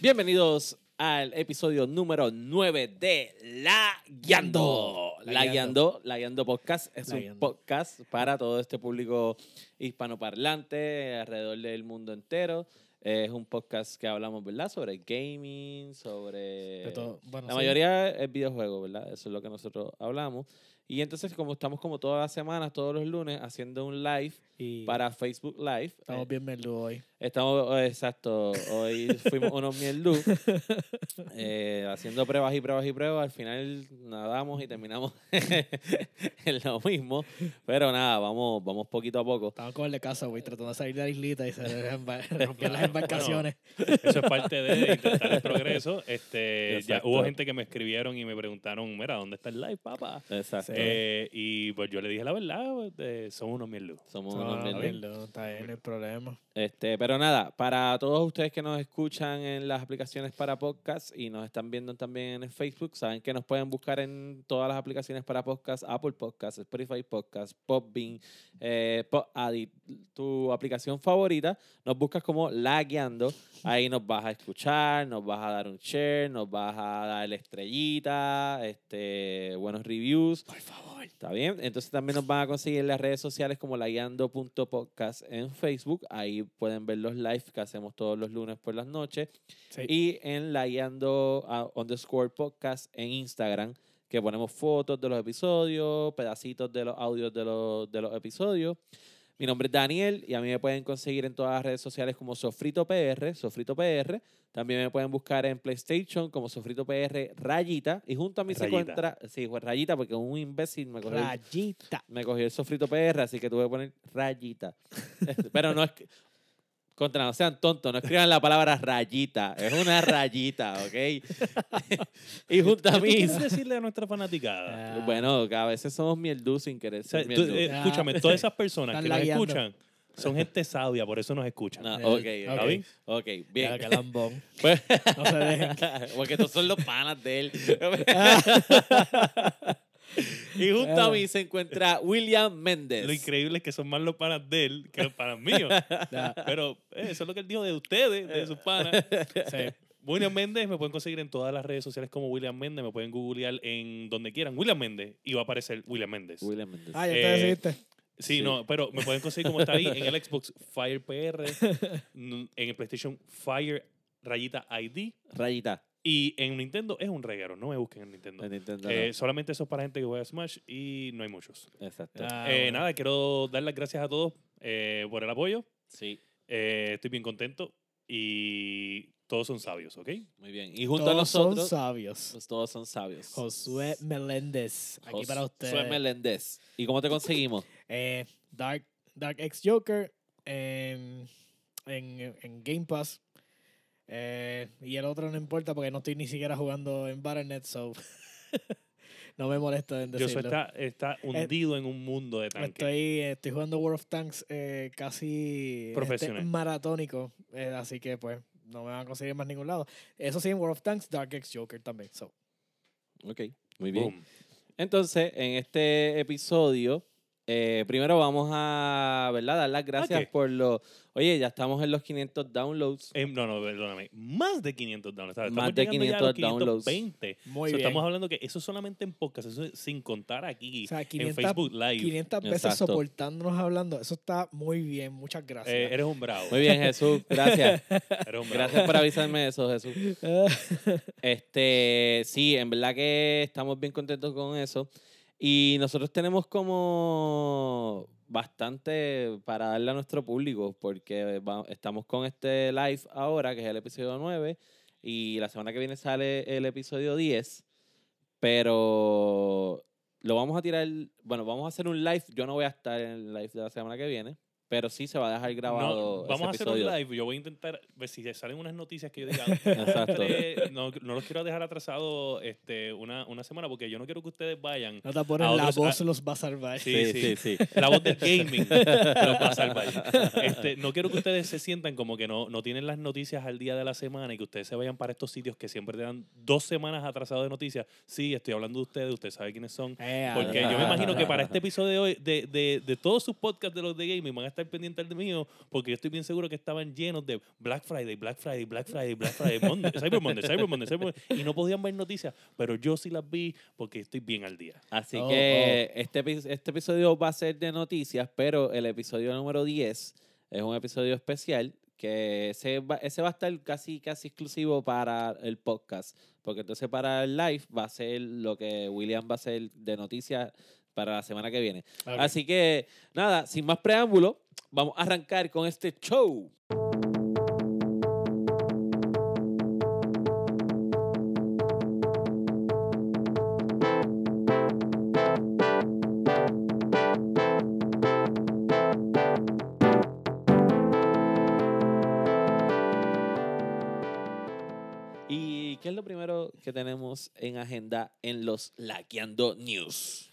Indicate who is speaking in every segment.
Speaker 1: Bienvenidos al episodio número 9 de La Guiando. La Guiando, La Guiando Podcast es
Speaker 2: La
Speaker 1: un
Speaker 2: Guiando.
Speaker 1: podcast para todo este público hispanoparlante alrededor del mundo entero. Eh, Es un podcast que hablamos, ¿verdad? Sobre gaming, sobre...
Speaker 2: De todo. Bueno,
Speaker 1: Eh, La
Speaker 2: sí.
Speaker 1: mayoría es videojuego, ¿verdad? Eso es lo que nosotros hablamos. Y entonces, como estamos como todas las semanas, todos los lunes, haciendo un live
Speaker 2: Y
Speaker 1: para Facebook Live. eh,
Speaker 2: Estamos bien merludos hoy.
Speaker 1: Estamos, oh, exacto, hoy fuimos unos mieldu eh, haciendo pruebas y pruebas y pruebas. Al final nadamos y terminamos en lo mismo. Pero nada, vamos, vamos poquito a poco.
Speaker 2: Estamos con el de casa, güey, tratando de salir de la islita y se romper las embarcaciones.
Speaker 3: Eso es parte de intentar el progreso. Este, ya
Speaker 1: Exacto.
Speaker 3: hubo gente que me escribieron y me preguntaron, mira, ¿dónde está el live, papá?
Speaker 1: Exacto.
Speaker 3: Eh, y pues yo le dije la verdad, pues, eh, son unos mielú.
Speaker 1: Somos
Speaker 2: No,
Speaker 1: unos
Speaker 2: no,
Speaker 1: mieldu.
Speaker 2: merludo, está bien el problema.
Speaker 1: Este, pero nada, para todos ustedes que nos escuchan en las aplicaciones para podcast y nos están viendo también en Facebook, saben que nos pueden buscar en todas las aplicaciones para podcast, Apple Podcast, Spotify Podcast, Podbean, eh, Pod Addict, tu aplicación favorita, nos buscas como Lagueando, ahí nos vas a escuchar, nos vas a dar un share, nos vas a dar la estrellita, este, buenos reviews,
Speaker 2: Por favor.
Speaker 1: Está bien. Entonces también nos van a conseguir en las redes sociales como laguiando.podcast en Facebook. Ahí pueden ver los live que hacemos todos los lunes por las noches.
Speaker 2: Sí.
Speaker 1: Y en laguiando ah, underscore podcast en Instagram, que ponemos fotos de los episodios, pedacitos de los audios de los, de los episodios. Mi nombre es Daniel y a mí me pueden conseguir en todas las redes sociales como Sofrito PR, Sofrito PR. También me pueden buscar en PlayStation como Sofrito PR Rayita. Y junto a mí se
Speaker 3: Rayita.
Speaker 1: encuentra, sí, pues, Rayita, porque un imbécil me cogió, el,
Speaker 2: Rayita.
Speaker 1: me cogió el Sofrito PR, así que tuve que poner Rayita. Este, Pero no es que- Contra, no sean tontos, no escriban la palabra rayita. Es una rayita, ¿ok? y junto a
Speaker 3: ¿Qué tú
Speaker 1: mí.
Speaker 3: quieres decirle a nuestra fanaticada?
Speaker 2: Ah,
Speaker 1: Bueno, que a veces somos mierdú sin querer
Speaker 3: O sea,
Speaker 1: ser
Speaker 3: tú-
Speaker 1: mierdú.
Speaker 3: eh, escúchame, todas esas personas
Speaker 2: Están
Speaker 3: que nos
Speaker 2: lagueando.
Speaker 3: escuchan son gente sabia, por eso nos escuchan.
Speaker 1: No,
Speaker 2: eh,
Speaker 1: ok,
Speaker 3: ¿Está bien?
Speaker 1: ok, bien.
Speaker 2: Ya, qué lambón.
Speaker 1: Pues-
Speaker 2: No se dejen.
Speaker 1: Porque estos son los panas de él. y junto a mí se encuentra William Méndez.
Speaker 3: Lo increíble es que son más los panas de él que los panas míos.
Speaker 2: Ya,
Speaker 3: Pero eh, eso es lo que él dijo de ustedes, de sus panas.
Speaker 2: sí.
Speaker 3: William Méndez, me pueden conseguir en todas las redes sociales como William Méndez, me pueden googlear en donde quieran, William Méndez, y va a aparecer William Méndez.
Speaker 1: William Méndez.
Speaker 2: Ah, ya
Speaker 3: Eh,
Speaker 2: te decidiste.
Speaker 3: Sí,
Speaker 1: Sí.
Speaker 3: no, pero me pueden conseguir como está ahí en el Xbox Fire PR, n- en el PlayStation Fire rayita ID
Speaker 1: Rayita.
Speaker 3: y en Nintendo es un reguero, no me busquen en Nintendo.
Speaker 1: en Nintendo.
Speaker 3: Eh, solamente eso es para gente que juega Smash y no hay muchos.
Speaker 1: Exacto.
Speaker 2: Ah,
Speaker 3: Eh,
Speaker 2: bueno.
Speaker 3: Nada, quiero dar las gracias a todos eh, por el apoyo.
Speaker 1: Sí,
Speaker 3: Eh, estoy bien contento y todos son sabios, ¿ok?
Speaker 1: muy bien. Y junto a
Speaker 2: Todos son
Speaker 1: nosotros,
Speaker 2: sabios.
Speaker 1: pues, todos son sabios.
Speaker 2: Josué Meléndez, aquí para ustedes.
Speaker 1: Josué Meléndez. ¿Y cómo te conseguimos?
Speaker 2: Eh, Dark, Dark X Joker en, en, en Game Pass. Eh, y el otro no importa porque no estoy ni siquiera jugando en Battle.net, so no me molesta en
Speaker 3: Yo
Speaker 2: decirlo. Eh,
Speaker 3: está, está hundido en un mundo de tanques.
Speaker 2: Estoy, estoy jugando World of Tanks eh, casi este,
Speaker 3: Profesional.
Speaker 2: maratónico, eh, así que pues no me van a conseguir más ningún lado. Eso sí, en World of Tanks, Dark X Joker también. So.
Speaker 1: Ok, muy bien.
Speaker 3: Boom.
Speaker 1: Entonces, en este episodio, eh, primero vamos a, ¿verdad? Dar las gracias
Speaker 3: Ok.
Speaker 1: por los... Oye, ya estamos en los 500 downloads.
Speaker 3: Eh, no, no, perdóname. Más de 500 downloads. ¿sabes?
Speaker 1: Más
Speaker 3: Estamos
Speaker 1: de
Speaker 3: llegando ya a
Speaker 1: 500 downloads.
Speaker 3: los 520.
Speaker 2: Muy
Speaker 3: So,
Speaker 2: bien.
Speaker 3: Estamos hablando que eso es solamente en podcast, eso es sin contar aquí
Speaker 2: O sea,
Speaker 3: en
Speaker 2: 500
Speaker 3: Facebook Live.
Speaker 2: 500 veces
Speaker 1: Exacto.
Speaker 2: soportándonos hablando. Eso está muy bien. Muchas gracias.
Speaker 3: Eh, eres un bravo.
Speaker 1: Muy bien, Jesús. Gracias.
Speaker 3: Eres un bravo.
Speaker 1: Gracias por avisarme eso, Jesús.
Speaker 3: Eh,
Speaker 1: Este, sí, en verdad que estamos bien contentos con eso. Y nosotros tenemos como bastante para darle a nuestro público, porque va- estamos con este live ahora, que es el episodio 9, y la semana que viene sale el episodio 10, pero lo vamos a tirar, bueno, vamos a hacer un live, yo no voy a estar en el live de la semana que viene, pero sí se va a dejar grabado.
Speaker 3: No,
Speaker 1: ese
Speaker 3: vamos a hacer un
Speaker 1: episodio.
Speaker 3: live. Yo voy a intentar ver si salen unas noticias que yo diga.
Speaker 1: Exacto.
Speaker 3: "Tres", no, no los quiero dejar atrasados este, una, una semana porque yo no quiero que ustedes vayan.
Speaker 2: No te pones
Speaker 3: a
Speaker 2: la
Speaker 3: otros-
Speaker 2: voz,
Speaker 3: a-
Speaker 2: los va a salvar.
Speaker 3: Sí, sí. La voz del gaming los va a salvar. Este, no quiero que ustedes se sientan como que no, no tienen las noticias al día de la semana y que ustedes se vayan para estos sitios que siempre te dan dos semanas atrasados de noticias. Sí, estoy hablando de ustedes, ustedes saben quiénes son.
Speaker 2: Eh,
Speaker 3: Porque yo me imagino que para este episodio de hoy, de, de, de todos sus podcasts de los de gaming, van a estar pendiente al mío porque yo estoy bien seguro que estaban llenos de Black Friday, Black Friday, Black Friday, Black Friday, Monday, Cyber Monday, Cyber Monday, Cyber Monday, y no podían ver noticias, pero yo sí las vi porque estoy bien al día.
Speaker 1: Así
Speaker 2: Oh,
Speaker 1: que Este, epi- este episodio va a ser de noticias, pero el episodio número 10 es un episodio especial que ese va, ese va a estar casi, casi exclusivo para el podcast. Porque entonces para el live va a ser lo que William va a hacer de noticias para la semana que viene.
Speaker 2: Ok.
Speaker 1: Así que nada, sin más preámbulo, vamos a arrancar con este show. ¿Y qué es lo primero que tenemos en agenda en los Laqueando News?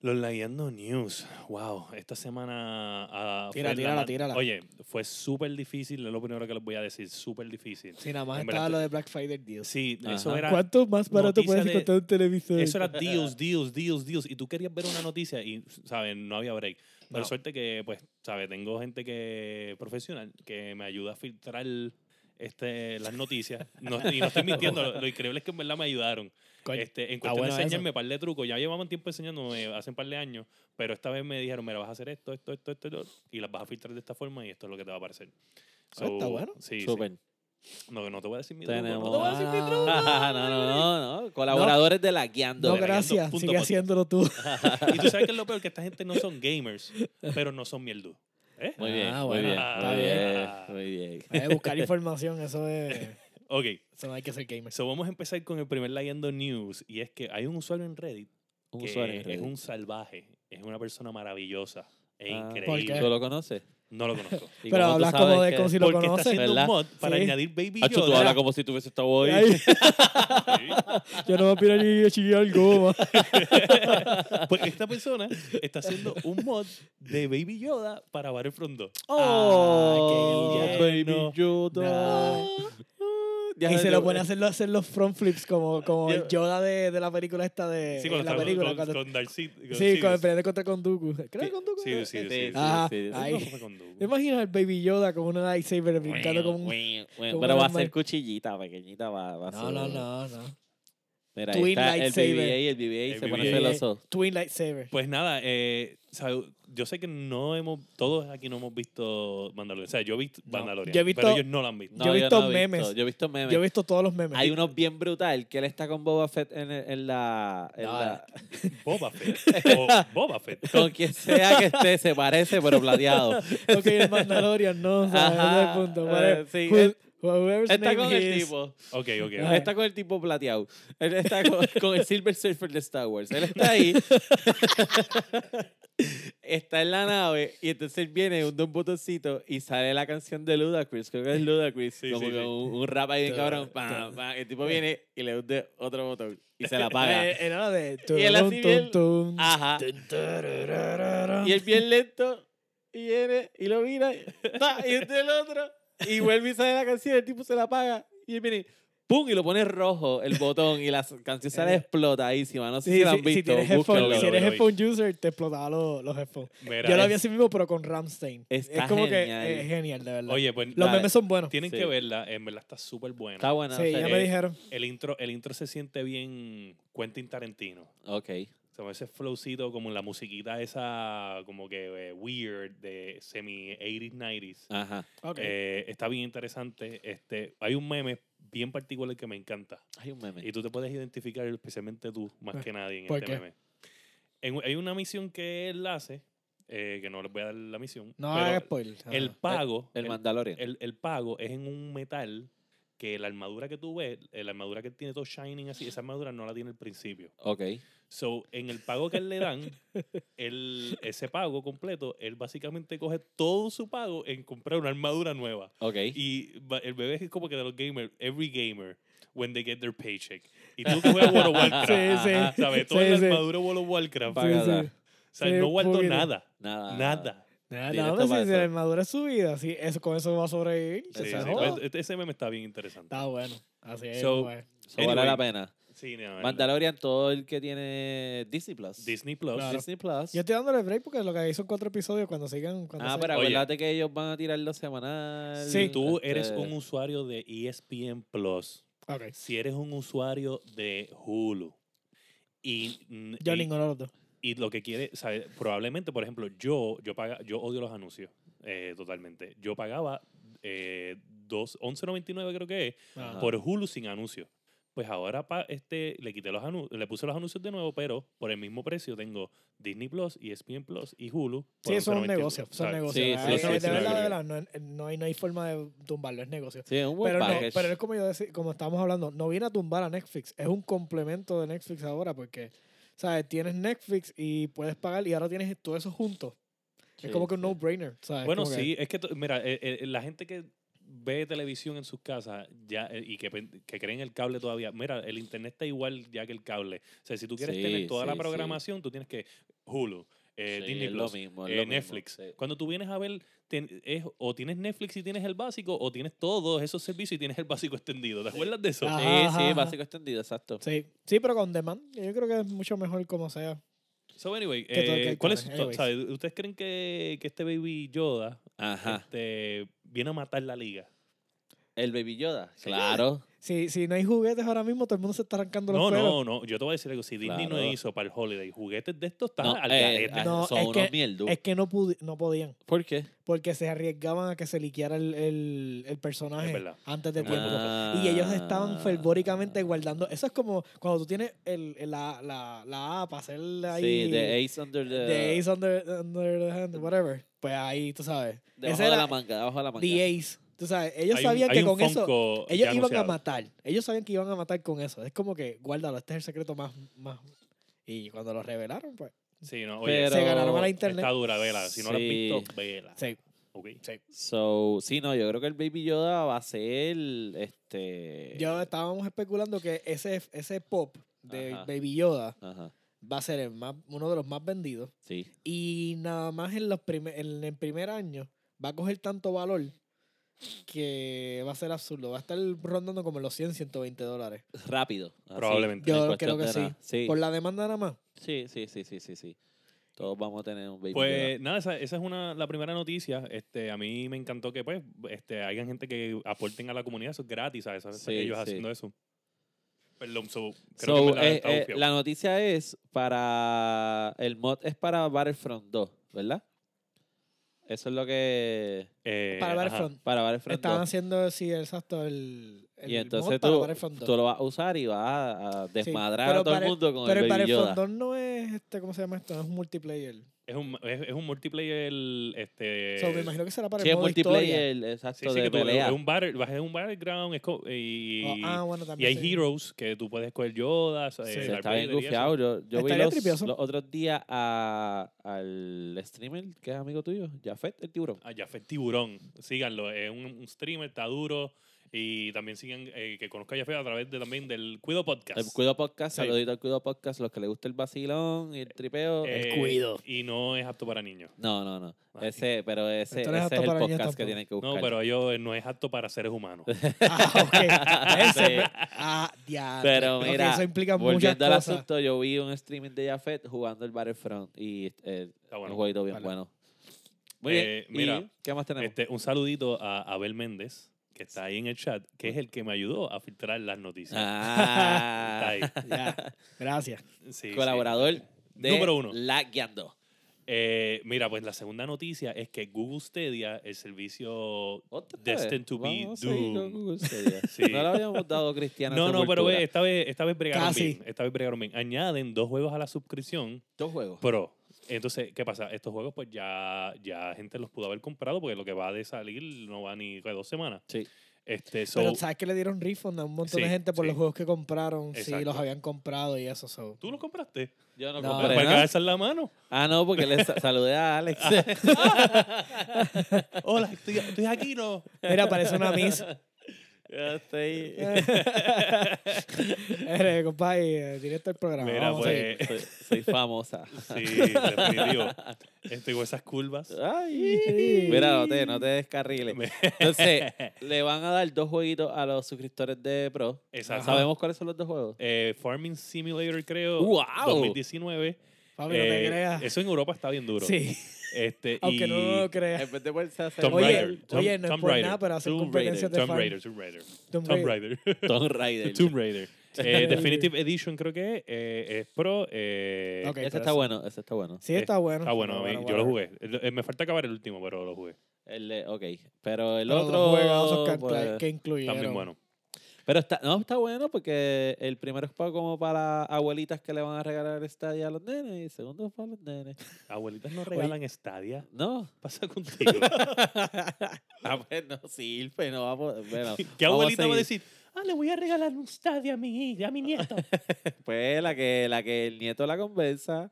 Speaker 3: Los Layando News. Wow, esta semana. ah,
Speaker 2: Tira,
Speaker 3: fue la
Speaker 2: tírala,
Speaker 3: man-
Speaker 2: tírala.
Speaker 3: Oye, fue súper difícil, es lo primero que les voy a decir, súper difícil.
Speaker 2: Sí, nada más
Speaker 3: En
Speaker 2: estaba
Speaker 3: verdad-
Speaker 2: lo de Black Friday Deals.
Speaker 3: Sí, eso
Speaker 1: Ajá.
Speaker 3: era.
Speaker 2: ¿Cuánto más barato
Speaker 3: noticia
Speaker 2: puedes
Speaker 3: de-
Speaker 2: encontrar un televisor?
Speaker 3: Eso era deals, deals, deals, deals. Y tú querías ver una noticia y, ¿sabes? No había break. Por
Speaker 2: No.
Speaker 3: suerte que, pues, ¿sabes? Tengo gente que profesional que me ayuda a filtrar este, las noticias. No, y no estoy mintiendo. lo, lo increíble es que en verdad me ayudaron.
Speaker 2: Coño,
Speaker 3: Este, en
Speaker 2: está
Speaker 3: cuestión
Speaker 2: bueno
Speaker 3: de
Speaker 2: eso.
Speaker 3: enseñarme par de trucos. Ya llevaban tiempo enseñándome hace un par de años, pero esta vez me dijeron, mira, vas a hacer esto, esto, esto, esto, esto, y las vas a filtrar de esta forma y esto es lo que te va a aparecer.
Speaker 2: Ah, está bueno.
Speaker 3: Sí, sí.
Speaker 1: Súper.
Speaker 3: No, no te voy a decir mi truco. No te voy a
Speaker 1: Tenemos.
Speaker 3: decir mi truco.
Speaker 1: Ah, No, no, no, no. Colaboradores de la guiando.
Speaker 2: no,
Speaker 3: Mira,
Speaker 2: gracias.
Speaker 3: punto
Speaker 2: Sigue
Speaker 3: podcast.
Speaker 2: haciéndolo tú.
Speaker 3: Y tú sabes que es lo peor, que esta gente no son gamers, pero no son mierdu. ¿Eh?
Speaker 1: Muy bien,
Speaker 2: Ah,
Speaker 1: muy
Speaker 2: bueno,
Speaker 1: bien,
Speaker 3: está
Speaker 1: muy
Speaker 3: bien.
Speaker 1: bien,
Speaker 3: Ah.
Speaker 1: muy bien.
Speaker 2: Eh, buscar información, eso es.
Speaker 3: Ok,
Speaker 2: Eso no hay que ser gamer.
Speaker 3: so vamos a empezar con el primer Leyendo News, y es que hay un usuario en Reddit
Speaker 1: Un
Speaker 3: que
Speaker 1: usuario en
Speaker 3: es
Speaker 1: Reddit.
Speaker 3: un salvaje, es una persona maravillosa e
Speaker 1: Ah.
Speaker 3: increíble.
Speaker 1: ¿Tú lo conoces?
Speaker 3: No lo conozco.
Speaker 1: ¿Y
Speaker 2: Pero
Speaker 1: cómo tú
Speaker 2: hablas
Speaker 1: sabes
Speaker 2: como de
Speaker 1: que-
Speaker 2: como si lo
Speaker 3: Porque está
Speaker 2: conoces.
Speaker 3: haciendo
Speaker 1: ¿Verdad?
Speaker 3: un mod para
Speaker 2: Sí.
Speaker 3: añadir Baby
Speaker 1: Hacho, tú
Speaker 3: Yoda.
Speaker 1: hablas como si tú hubiese estado hoy.
Speaker 2: Ay,
Speaker 3: Sí.
Speaker 2: yo no me piro ni a chillar goma.
Speaker 3: Pues esta persona está haciendo un mod de Baby Yoda para Battlefront 2.
Speaker 1: Oh,
Speaker 2: Ah, qué
Speaker 1: baby
Speaker 3: lleno.
Speaker 1: Yoda.
Speaker 2: Nah.
Speaker 1: Ya
Speaker 2: y se
Speaker 1: sé,
Speaker 2: lo
Speaker 1: yo-
Speaker 2: pone a hacer, hacer los front flips como, como el Yoda de, de la película esta de
Speaker 3: Sí,
Speaker 2: Eh, en
Speaker 3: cuando
Speaker 2: la
Speaker 3: está con-
Speaker 2: película.
Speaker 3: con,
Speaker 2: cuando-
Speaker 3: con Darcy. con
Speaker 2: sí,
Speaker 3: Sidious.
Speaker 2: cuando peleando contra con Dooku. Creo que con Dooku.
Speaker 3: Sí, sí, sí. sí.
Speaker 2: Ah,
Speaker 1: sí, sí.
Speaker 2: ahí.
Speaker 3: No fue con Dooku.
Speaker 2: ¿Te imaginas al Baby Yoda con una lightsaber brincando como un... como
Speaker 1: Pero
Speaker 2: un
Speaker 1: va a
Speaker 2: animal.
Speaker 1: ser cuchillita, pequeñita. Va, va a
Speaker 2: No,
Speaker 1: ser-
Speaker 2: no, no, no.
Speaker 1: Mira,
Speaker 2: Twin
Speaker 1: ahí está el
Speaker 2: lightsaber.
Speaker 1: BBA y el BBA
Speaker 3: El
Speaker 1: se pone
Speaker 3: BBA.
Speaker 1: celoso.
Speaker 2: Twin lightsaber.
Speaker 3: Pues nada, eh, sabe, yo sé que no hemos, todos aquí no hemos visto Mandalorian. O sea, yo he visto
Speaker 2: No.
Speaker 3: Mandalorian,
Speaker 2: Yo he visto-
Speaker 3: pero ellos no la han visto.
Speaker 1: No,
Speaker 2: Yo he
Speaker 1: no
Speaker 2: visto memes.
Speaker 1: Yo he visto memes.
Speaker 2: Yo he visto todos los memes.
Speaker 1: Hay unos bien brutal que él está con Boba Fett en, el- en la. en
Speaker 2: No,
Speaker 1: la-
Speaker 3: Boba Fett. O Boba Fett.
Speaker 1: con quien sea que esté, se parece, pero plateado.
Speaker 2: Ok, el Mandalorian, no. O sea,
Speaker 1: Ajá,
Speaker 2: no hay punto.
Speaker 1: eh,
Speaker 2: Whatever.
Speaker 1: sí,
Speaker 2: Who-
Speaker 1: eh,
Speaker 2: whoever's
Speaker 1: Está
Speaker 2: name
Speaker 1: con
Speaker 2: he
Speaker 1: el
Speaker 2: is.
Speaker 1: tipo.
Speaker 3: Ok, ok.
Speaker 2: Ajá.
Speaker 1: Está con el tipo plateado. Él está con, con el Silver Surfer de Star Wars. Él está ahí. está en la nave y entonces viene un, de un botoncito y sale la canción de Ludacris. Creo que es Ludacris.
Speaker 3: Sí,
Speaker 1: como
Speaker 3: sí,
Speaker 1: que
Speaker 3: sí.
Speaker 1: Un, un rap ahí bien
Speaker 2: Ta-
Speaker 1: cabrón. pam,
Speaker 2: ta-
Speaker 1: pam. El tipo viene y le hunde otro botón y se la apaga.
Speaker 2: Eh, era la de...
Speaker 1: Y él así
Speaker 2: tum,
Speaker 1: bien-
Speaker 2: tum,
Speaker 1: Ajá.
Speaker 2: tum, tarararara.
Speaker 1: Y él bien lento y viene y lo mira y, ta, y entra el otro y vuelve y sale la canción, el tipo se la apaga y él viene ¡pum! y lo pone rojo el botón y la s- canción sale explotadísima. No sé
Speaker 2: Sí,
Speaker 1: si
Speaker 2: sí,
Speaker 1: la han
Speaker 2: si
Speaker 1: visto,
Speaker 2: tienes headphone,
Speaker 1: búsquenlo.
Speaker 2: si
Speaker 3: Lo vi,
Speaker 2: eres
Speaker 3: lo vi.
Speaker 2: headphone user, te explotaba lo- los headphones.
Speaker 3: Mira,
Speaker 2: Yo lo
Speaker 3: es-
Speaker 2: vi así mismo, pero con Ramstein.
Speaker 1: Está
Speaker 2: es como
Speaker 1: genial.
Speaker 2: que es genial, de verdad.
Speaker 3: Oye, pues
Speaker 2: los
Speaker 1: dale.
Speaker 2: memes son buenos.
Speaker 3: tienen
Speaker 1: Sí.
Speaker 3: que verla. En verdad está súper buena.
Speaker 1: Está buena.
Speaker 2: sí,
Speaker 1: o sea,
Speaker 2: ya
Speaker 1: eh,
Speaker 2: me dijeron.
Speaker 3: El, intro, el intro se siente bien Quentin Tarantino.
Speaker 1: Ok.
Speaker 3: O sea, ese flowcito como la musiquita esa como que eh, weird de semi 80s, 90s.
Speaker 1: Ajá.
Speaker 2: Ok.
Speaker 3: Eh, está bien interesante. Este, hay un meme bien particular que me encanta.
Speaker 1: Hay un meme.
Speaker 3: Y tú te puedes identificar, especialmente tú, más que nadie en
Speaker 2: Pues, ¿por
Speaker 3: este
Speaker 2: qué?
Speaker 3: meme. En- hay una misión que él hace, eh, que no les voy a dar la misión.
Speaker 2: no
Speaker 3: pero
Speaker 2: hagas spoiler. Ah. Ajá.
Speaker 3: el pago.
Speaker 1: El Mandalorian.
Speaker 3: el- el pago es en un metal que la armadura que tú ves, eh, la armadura que él tiene todo shining así, esa armadura no la tiene al principio.
Speaker 1: ok.
Speaker 3: So, en el pago que él le dan, él- ese pago completo, él básicamente coge todo su pago en comprar una armadura nueva.
Speaker 1: Ok.
Speaker 3: Y ba- el bebé es como que de los gamers, every gamer, when they get their paycheck. Y tú que juegas World of Warcraft,
Speaker 2: Sí, sí.
Speaker 3: ¿sabes? Todo
Speaker 2: Sí,
Speaker 3: la
Speaker 2: sí.
Speaker 3: armadura World of Warcraft.
Speaker 1: Pa- Pagada.
Speaker 3: o sea,
Speaker 2: sí,
Speaker 3: no
Speaker 2: un
Speaker 3: guardó
Speaker 2: poquito.
Speaker 3: nada,
Speaker 1: Nada.
Speaker 3: nada.
Speaker 2: No,
Speaker 1: Directo
Speaker 2: no, pero
Speaker 1: para
Speaker 2: si, si
Speaker 1: eso.
Speaker 2: la armadura es su vida, sí, eso, con eso va a sobrevivir.
Speaker 3: Sí, Pues,
Speaker 1: Sí,
Speaker 3: este, sí,
Speaker 2: se
Speaker 1: sí.
Speaker 2: joda. Ah,
Speaker 3: pues, e- Ese meme está bien interesante.
Speaker 2: Está bueno. Así es.
Speaker 3: So,
Speaker 2: pues.
Speaker 1: Eso vale la
Speaker 3: Anyway.
Speaker 1: pena.
Speaker 3: Sí, no, el-
Speaker 1: Mandalorian, todo el que tiene Disney Plus.
Speaker 3: Disney Plus.
Speaker 2: Claro.
Speaker 1: Disney Plus.
Speaker 2: Yo estoy dándole break porque lo que hay son cuatro episodios cuando sigan. Cuando
Speaker 1: Ah,
Speaker 2: sigan-
Speaker 1: pero
Speaker 3: Oye.
Speaker 1: acuérdate que ellos van a tirarlo semanal.
Speaker 2: Sí.
Speaker 3: Tú eres
Speaker 1: este,
Speaker 3: un usuario de E ESPN Plus.
Speaker 2: Ok.
Speaker 3: Si eres un usuario de Hulu. Y, mm,
Speaker 2: Yo
Speaker 3: y-
Speaker 2: ninguno de los dos.
Speaker 3: y lo que quiere, ¿sabes? probablemente, por ejemplo, yo yo paga, yo odio los anuncios eh, totalmente. Yo pagaba eh, dos- 11.99 creo que es,
Speaker 2: Ah.
Speaker 1: Ajá.
Speaker 3: por Hulu sin anuncios. Pues ahora pa- este, le quité los anu- le puse los anuncios de nuevo, pero por el mismo precio tengo Disney Plus, E ESPN Plus y Hulu. por
Speaker 2: Sí, son
Speaker 3: 11.99,
Speaker 2: negocios. Son
Speaker 3: ¿sabes?
Speaker 2: negocios.
Speaker 1: Sí, sí,
Speaker 2: Ay,
Speaker 1: sí,
Speaker 2: de
Speaker 1: sí,
Speaker 2: verdad,
Speaker 1: sí.
Speaker 2: de verdad, no, eh, no hay, no hay forma de tumbarlo, es negocio.
Speaker 1: Sí, es un buen
Speaker 2: Pero, no,
Speaker 1: Pues package.
Speaker 2: pero es como yo decí- como estábamos hablando, no viene a tumbar a Netflix, es un complemento de Netflix ahora porque, ¿sabes? Tienes Netflix y puedes pagar y ahora tienes todo eso junto.
Speaker 1: Sí,
Speaker 2: es como que un
Speaker 1: sí.
Speaker 2: no-brainer, ¿sabes?
Speaker 3: Bueno,
Speaker 2: Como que-
Speaker 3: sí, es que, to- mira, eh, eh, la gente que ve televisión en sus casas ya, eh, y que, pen- que creen el cable todavía, mira, el internet está igual ya que el cable. O sea, si tú quieres
Speaker 1: Sí,
Speaker 3: tener toda la
Speaker 1: sí, sí.
Speaker 3: programación, tú tienes que Hulu, eh,
Speaker 1: Sí,
Speaker 3: Disney
Speaker 1: es
Speaker 3: Plus,
Speaker 1: lo mismo, es
Speaker 3: eh,
Speaker 1: lo mismo,
Speaker 3: Netflix.
Speaker 1: sí.
Speaker 3: Cuando tú vienes a ver, ten- es, o tienes Netflix y tienes el básico, o tienes todos esos servicios y tienes el básico extendido. ¿Te acuerdas de eso?
Speaker 2: Ajá,
Speaker 1: Sí, Ah,
Speaker 2: ajá,
Speaker 1: sí,
Speaker 2: ajá.
Speaker 1: básico extendido, exacto.
Speaker 2: Sí, sí, pero con demand. Yo creo que es mucho mejor como sea.
Speaker 3: So, anyway,
Speaker 2: Que todo-
Speaker 3: eh,
Speaker 2: que-
Speaker 3: ¿cuál es,
Speaker 2: claro, anyways.
Speaker 3: sabe, ¿ustedes creen que, que este Baby Yoda
Speaker 1: Ajá.
Speaker 3: este, viene a matar la liga?
Speaker 1: El Baby Yoda, claro.
Speaker 2: Si, si no hay juguetes ahora mismo, todo el mundo se está arrancando los
Speaker 3: No,
Speaker 2: pelos.
Speaker 3: no, no. Yo te voy a decir algo. Si Disney no
Speaker 1: Claro.
Speaker 3: hizo para el holiday juguetes de estos, están
Speaker 1: No,
Speaker 3: al
Speaker 1: eh,
Speaker 3: garete.
Speaker 1: ah,
Speaker 2: No,
Speaker 1: son
Speaker 2: es
Speaker 1: unos
Speaker 2: que-
Speaker 1: mierdos.
Speaker 2: Es que no, pudi- no podían,
Speaker 1: ¿Por qué?
Speaker 2: porque se arriesgaban a que se liqueara el, el, el personaje
Speaker 3: Es verdad.
Speaker 2: antes de
Speaker 3: Es verdad.
Speaker 2: tiempo. Y ellos
Speaker 3: Ah.
Speaker 2: estaban fervóricamente guardando. Eso es como cuando tú tienes el, el- la, la, la A para hacer ahí.
Speaker 1: Sí, The Ace Under the.
Speaker 2: the Ace under, under the hand, whatever. Pues ahí, tú sabes.
Speaker 1: Debajo
Speaker 2: Ese
Speaker 1: de
Speaker 2: era
Speaker 1: la manga, debajo de la manga.
Speaker 2: The Ace. Tú sabes, ellos
Speaker 3: Hay un-
Speaker 2: sabían
Speaker 3: hay
Speaker 2: que
Speaker 3: un
Speaker 2: con eso.
Speaker 3: Funko ya
Speaker 2: Ellos iban
Speaker 3: anunciado.
Speaker 2: a matar. Ellos sabían que iban a matar con eso. Es como que, guárdalo, este es el secreto más. más. Y cuando lo revelaron, pues.
Speaker 3: Sí, no, oye,
Speaker 1: Pero-
Speaker 2: se ganaron a la
Speaker 3: está
Speaker 2: internet.
Speaker 3: dura, vela. Si no la has
Speaker 1: Sí.
Speaker 3: visto, vela.
Speaker 2: Sí,
Speaker 3: Ok.
Speaker 2: sí.
Speaker 1: So, sí, no, yo creo que el Baby Yoda va a ser. Este.
Speaker 2: Yo estábamos especulando que ese, ese pop de
Speaker 1: Ajá.
Speaker 2: Baby Yoda
Speaker 1: Ajá.
Speaker 2: va a ser el más, uno de los más vendidos.
Speaker 1: Sí.
Speaker 2: Y nada más en, los prime- en el primer año va a coger tanto valor que va a ser absurdo. Va a estar rondando como los 100, 120 dólares.
Speaker 1: Rápido. así,
Speaker 3: Probablemente.
Speaker 1: en
Speaker 2: Yo
Speaker 1: cuestión
Speaker 2: creo que
Speaker 1: de
Speaker 2: sí.
Speaker 1: nada. Sí.
Speaker 2: Por la demanda nada más.
Speaker 1: sí. Sí, sí, sí, sí, sí. Todos vamos a tener un Baby
Speaker 3: Pues
Speaker 1: Yoda.
Speaker 3: nada, esa, esa es una, la primera noticia. Este, a mí me encantó que pues este, hayan gente que aporten a la comunidad. Eso es gratis, ¿sabes? Eso-
Speaker 1: Sí,
Speaker 3: ellos
Speaker 1: sí.
Speaker 3: haciendo eso. Perdón, so, creo que
Speaker 1: So,
Speaker 3: en verdad
Speaker 1: eh,
Speaker 3: está
Speaker 1: eh,
Speaker 3: bufiado.
Speaker 1: la noticia es para. El mod es para Battlefront 2, ¿verdad? Eso es lo que.
Speaker 3: Eh,
Speaker 2: para
Speaker 3: ajá.
Speaker 2: Battlefront.
Speaker 1: Para Battlefront
Speaker 2: Estaban
Speaker 1: 2.
Speaker 2: haciendo, sí, exacto, el, el
Speaker 1: y
Speaker 2: mod
Speaker 1: entonces
Speaker 2: para
Speaker 1: tú,
Speaker 2: Battlefront 2.
Speaker 1: tú lo vas a usar y vas a, a desmadrar
Speaker 2: pero
Speaker 1: a todo el
Speaker 2: para-
Speaker 1: mundo con
Speaker 2: Pero el
Speaker 1: el Baby
Speaker 2: Battlefront
Speaker 1: Yoda.
Speaker 2: 2 no es, este, ¿cómo se llama esto? No es multiplayer.
Speaker 3: Es un, es, es un multiplayer. Este,
Speaker 2: O sea, me imagino que será para
Speaker 1: Sí,
Speaker 2: el
Speaker 1: es
Speaker 2: modo historia.
Speaker 1: multiplayer,
Speaker 3: Sí,
Speaker 1: exacto,
Speaker 3: sí, que
Speaker 1: de
Speaker 3: tú, es
Speaker 1: pelea.
Speaker 3: un, battle, es un battleground. Es co- y,
Speaker 2: Oh, ah, bueno,
Speaker 3: Y
Speaker 2: también.
Speaker 3: hay
Speaker 2: sí.
Speaker 3: heroes que tú puedes coger Yoda, eh,
Speaker 2: Sí.
Speaker 1: Se
Speaker 3: Darth
Speaker 1: está bien
Speaker 3: Vader y eso.
Speaker 1: gufiado. Yo, yo vi
Speaker 2: Estaría
Speaker 1: los,
Speaker 2: tripioso.
Speaker 1: los otros días a- al streamer que es amigo tuyo, Jafet, el tiburón.
Speaker 3: Ah, ya fue tiburón. Síganlo. Es un, un streamer, está duro. Y también sigan eh, que conozca a Jafet a través de, también del Cuido Podcast.
Speaker 1: El Cuido Podcast,
Speaker 3: Ah, Sí.
Speaker 1: saludito al Cuido Podcast, los que les gusta el vacilón y el tripeo.
Speaker 3: Eh,
Speaker 2: El Cuido.
Speaker 3: Y no es apto para niños.
Speaker 1: no, no, no.
Speaker 3: Ay.
Speaker 1: Ese, pero ese,
Speaker 2: Esto no es
Speaker 1: ese
Speaker 2: apto
Speaker 1: es el
Speaker 2: para niños
Speaker 1: podcast que
Speaker 2: tampoco.
Speaker 1: tienen que buscar.
Speaker 3: No, pero ellos eh, no es apto para seres humanos.
Speaker 2: Ah, ok. Ese
Speaker 1: Sí.
Speaker 2: me- ah, ya.
Speaker 1: Pero
Speaker 2: Creo que
Speaker 1: mira,
Speaker 2: eso implica muchas
Speaker 1: Volviendo al
Speaker 2: cosas.
Speaker 1: asunto, yo vi un streaming de Jafet jugando el Battlefront y eh,
Speaker 3: Está bueno.
Speaker 1: un jueguito bien
Speaker 2: Vale.
Speaker 1: bueno. Muy bien.
Speaker 3: Eh,
Speaker 1: ¿Y
Speaker 3: mira,
Speaker 1: ¿Qué más tenemos?
Speaker 3: Este, un saludito a Abel Méndez, que está ahí en el chat, que es el que me ayudó a filtrar las noticias. Está
Speaker 1: Ah,
Speaker 3: ahí.
Speaker 2: Ya, gracias.
Speaker 3: Sí, sí.
Speaker 1: colaborador de
Speaker 3: Número uno.
Speaker 1: La Guiando.
Speaker 3: Eh, mira, pues la segunda noticia es que Google Stadia, el servicio
Speaker 1: Otra vez.
Speaker 3: Destined to be
Speaker 1: Vamos a seguir con
Speaker 3: doomed.
Speaker 1: Google Stadia.
Speaker 3: Sí.
Speaker 1: No le habíamos dado a Cristiano.
Speaker 3: No, no, pero
Speaker 1: sepultura.
Speaker 3: ve, esta vez, esta vez bregaron
Speaker 2: Casi.
Speaker 3: bien. Esta vez bregaron bien. Añaden dos juegos a la suscripción
Speaker 1: Dos juegos.
Speaker 3: Pro. Entonces, ¿qué pasa? Estos juegos, pues ya, ya gente los pudo haber comprado porque lo que va de salir no va ni que dos semanas.
Speaker 1: Sí.
Speaker 3: Este, so,
Speaker 2: Pero sabes que le dieron refund a un montón de
Speaker 3: Sí,
Speaker 2: gente por
Speaker 3: sí.
Speaker 2: los juegos que compraron, si
Speaker 3: Exacto.
Speaker 2: los habían comprado y eso. so.
Speaker 3: ¿Tú los compraste?
Speaker 1: Yo no,
Speaker 2: No,
Speaker 3: Para
Speaker 1: compré
Speaker 3: para
Speaker 1: nada.
Speaker 3: alzar la mano.
Speaker 1: Ah, no, porque le sa- saludé a Alex.
Speaker 3: Hola, estoy, estoy aquí, ¿no?
Speaker 2: Mira, parece una misa.
Speaker 1: Ya estoy.
Speaker 2: Eh, Eres, compadre, eh, directo al programa.
Speaker 3: Mira,
Speaker 2: Vamos a
Speaker 3: pues,
Speaker 2: seguir.
Speaker 1: Soy, soy- soy famosa.
Speaker 3: Sí, definitivo. Estoy con esas curvas.
Speaker 1: Ay. Mira, no te, no te descarriles.
Speaker 3: Me-
Speaker 1: Entonces, le van a dar dos jueguitos a los suscriptores de Pro.
Speaker 3: Exacto.
Speaker 1: ¿Sabemos cuáles son los dos juegos?
Speaker 3: Eh, Farming Simulator, creo.
Speaker 1: ¡Wow!
Speaker 3: 2019.
Speaker 2: Papi, no te
Speaker 3: Eh,
Speaker 2: creas.
Speaker 3: Eso en Europa está bien duro.
Speaker 2: Sí,
Speaker 3: Este,
Speaker 2: aunque
Speaker 3: y
Speaker 2: no, no lo creas.
Speaker 1: En vez de ponerse a hacer-
Speaker 3: Tomb
Speaker 2: Oye,
Speaker 3: Raider.
Speaker 2: el- oye, no es por nada, pero hacen
Speaker 1: Tomb
Speaker 2: competencias de
Speaker 3: Tomb
Speaker 2: fan.
Speaker 3: Raider, Tomb Raider.
Speaker 2: Tomb
Speaker 3: Tomb
Speaker 2: Raider.
Speaker 3: Raider.
Speaker 1: Tomb Raider.
Speaker 3: Tomb Raider. Eh,
Speaker 2: Raider.
Speaker 3: Definitive Edition creo que es, eh, es pro. eh,
Speaker 2: Ok,
Speaker 1: Ese
Speaker 2: pero
Speaker 1: está
Speaker 2: eso-
Speaker 1: bueno, ese está bueno.
Speaker 2: Sí, está bueno.
Speaker 3: Está bueno, a mí, yo lo
Speaker 2: bueno.
Speaker 3: jugué. El- eh, Me falta acabar el último, pero lo jugué.
Speaker 1: El de- ok, pero el
Speaker 2: Pero los
Speaker 1: otro...
Speaker 2: juegazos que-
Speaker 1: pues,
Speaker 2: que incluyeron.
Speaker 3: También bueno.
Speaker 1: Pero está, no, está bueno porque el primero es pa- como para abuelitas que le van a regalar esta a los nenes y el segundo es para los nenes.
Speaker 3: Abuelitas no regalan Stadia.
Speaker 1: No,
Speaker 3: Pasa contigo.
Speaker 1: ah, pues no sirve, no vamos... Bueno,
Speaker 3: ¿Qué
Speaker 1: vamos
Speaker 3: abuelita va a
Speaker 1: seguir.
Speaker 3: decir? Ah, le voy a regalar un Stadia a mi, hija- a mi nieto.
Speaker 1: Pues la que, la que el nieto la conversa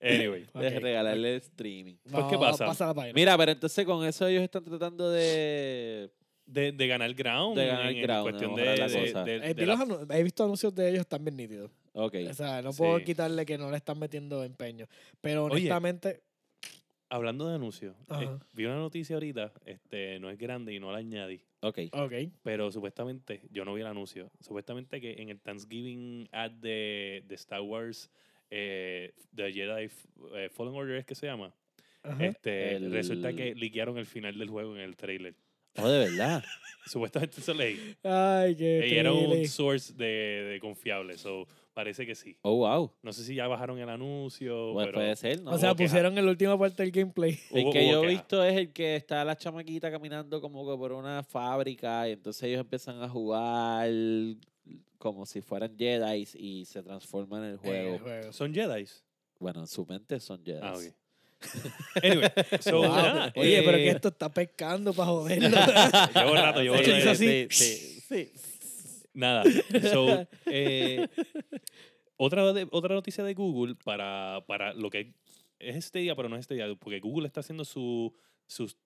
Speaker 3: Anyway.
Speaker 2: Ok.
Speaker 1: de regalarle el streaming.
Speaker 3: Pues, ¿qué pasa?
Speaker 2: Pasa la página.
Speaker 1: Mira, pero entonces con eso ellos están tratando de...
Speaker 3: De, de ganar ground.
Speaker 1: De ganar
Speaker 3: en- en
Speaker 1: ground,
Speaker 3: cuestión
Speaker 1: ¿no?
Speaker 3: de,
Speaker 1: Mejorar la
Speaker 3: de-
Speaker 1: cosa.
Speaker 3: de-
Speaker 2: Eh,
Speaker 3: de
Speaker 2: vi
Speaker 3: la-
Speaker 2: los anu- he visto anuncios de ellos también nítidos.
Speaker 1: Ok.
Speaker 2: O sea, no puedo
Speaker 3: Sí.
Speaker 2: quitarle que no le están metiendo empeño. Pero
Speaker 3: Oye.
Speaker 2: honestamente,
Speaker 3: Hablando de anuncios, eh,
Speaker 2: Ajá.
Speaker 3: vi una noticia ahorita, este, no es grande y no la añadí,
Speaker 1: Ok.
Speaker 2: ok.
Speaker 3: pero supuestamente, yo no vi el anuncio, supuestamente que en el Thanksgiving ad de, de Star Wars, eh, de Jedi F- eh, Fallen Order es que se llama,
Speaker 2: ajá.
Speaker 3: este,
Speaker 1: El-
Speaker 3: resulta que liquearon el final del juego en el trailer.
Speaker 1: Oh, de verdad.
Speaker 3: Supuestamente eso leí.
Speaker 2: Ay, qué.
Speaker 3: Y era un
Speaker 2: triste.
Speaker 3: source de, de confiable, so parece que sí.
Speaker 1: Oh, wow.
Speaker 3: No sé si ya bajaron el anuncio,
Speaker 1: Pues
Speaker 3: Oh, pero...
Speaker 1: puede ser, ¿no?
Speaker 2: o sea,
Speaker 3: hubo queja.
Speaker 2: pusieron el última parte del gameplay.
Speaker 1: El
Speaker 3: hubo-
Speaker 1: que
Speaker 3: hubo
Speaker 1: yo he
Speaker 3: queja.
Speaker 1: visto es el que está la chamaquita caminando como que por una fábrica y entonces ellos empiezan a jugar como si fueran Jedi y se transforman en el
Speaker 2: Eh,
Speaker 1: juego.
Speaker 2: el juego.
Speaker 3: ¿Son Jedis?
Speaker 1: Bueno, en su mente son Jedi.
Speaker 3: Ah, ok. Anyway, so,
Speaker 2: Wow.
Speaker 3: nada,
Speaker 2: Oye, pero que
Speaker 3: eh,
Speaker 2: esto está pescando para joderlo.
Speaker 3: Llevo rato, llevo
Speaker 2: Sí,
Speaker 3: rato.
Speaker 2: sí,
Speaker 1: sí,
Speaker 2: sí.
Speaker 1: sí, sí.
Speaker 3: Nada. So, eh, otra, de- otra noticia de Google para, para lo que es este día, pero no es este día, porque Google está haciendo su- sus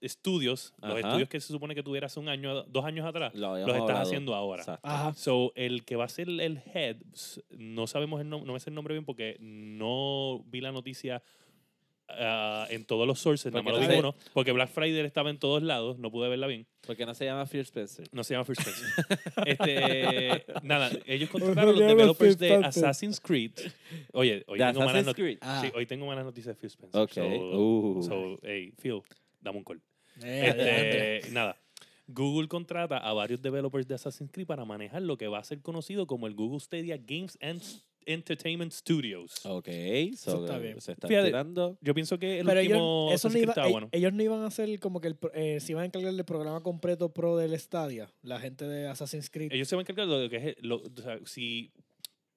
Speaker 3: estudios, los
Speaker 1: Ajá.
Speaker 3: estudios que se supone que tuviera hace un año, dos años atrás,
Speaker 1: Lo habíamos
Speaker 3: los estás
Speaker 1: hablado.
Speaker 3: haciendo ahora.
Speaker 1: Exacto.
Speaker 2: Ajá.
Speaker 3: So, el que va a ser el head, s- no sabemos el nombre, no me sé el nombre bien porque no vi la noticia ah, en todos los sources, nada
Speaker 1: Porque
Speaker 3: más lo
Speaker 1: no
Speaker 3: vi
Speaker 1: sé-
Speaker 3: uno, porque Black Friday estaba en todos lados, no pude verla bien.
Speaker 1: Porque no se llama Fear Spencer.
Speaker 3: No se llama First Person. este, nada, ellos
Speaker 2: no
Speaker 3: contrataron los
Speaker 2: llama
Speaker 3: developers
Speaker 2: First
Speaker 3: de
Speaker 2: Person.
Speaker 3: Assassin's Creed. Oye, hoy
Speaker 1: De
Speaker 3: tengo, malas
Speaker 1: Assassin's
Speaker 3: noticias.
Speaker 1: Creed.
Speaker 2: Ah,
Speaker 3: hoy tengo malas noticias de Phil Spencer.
Speaker 1: Ok.
Speaker 3: So,
Speaker 1: Uh.
Speaker 3: so, hey, Phil, dame un call.
Speaker 2: eh, adelante.
Speaker 3: Este, nada. Google contrata a varios developers de Assassin's Creed para manejar lo que va a ser conocido como el Google Stadia Games and Entertainment Studios.
Speaker 1: ok. so,
Speaker 2: está bien.
Speaker 1: Se está
Speaker 3: Fíjate,
Speaker 1: tirando.
Speaker 3: Yo pienso que el
Speaker 2: Pero
Speaker 3: último
Speaker 2: ellos, eso no
Speaker 3: Assassin's Creed
Speaker 2: iba-
Speaker 3: estaba
Speaker 2: ell-
Speaker 3: bueno.
Speaker 2: ellos no iban a hacer como que el, pro- eh, se iban a encargar del programa completo pro del Stadia, la gente de Assassin's Creed.
Speaker 3: Ellos se van a encargar de lo que es. el- lo- o sea, si,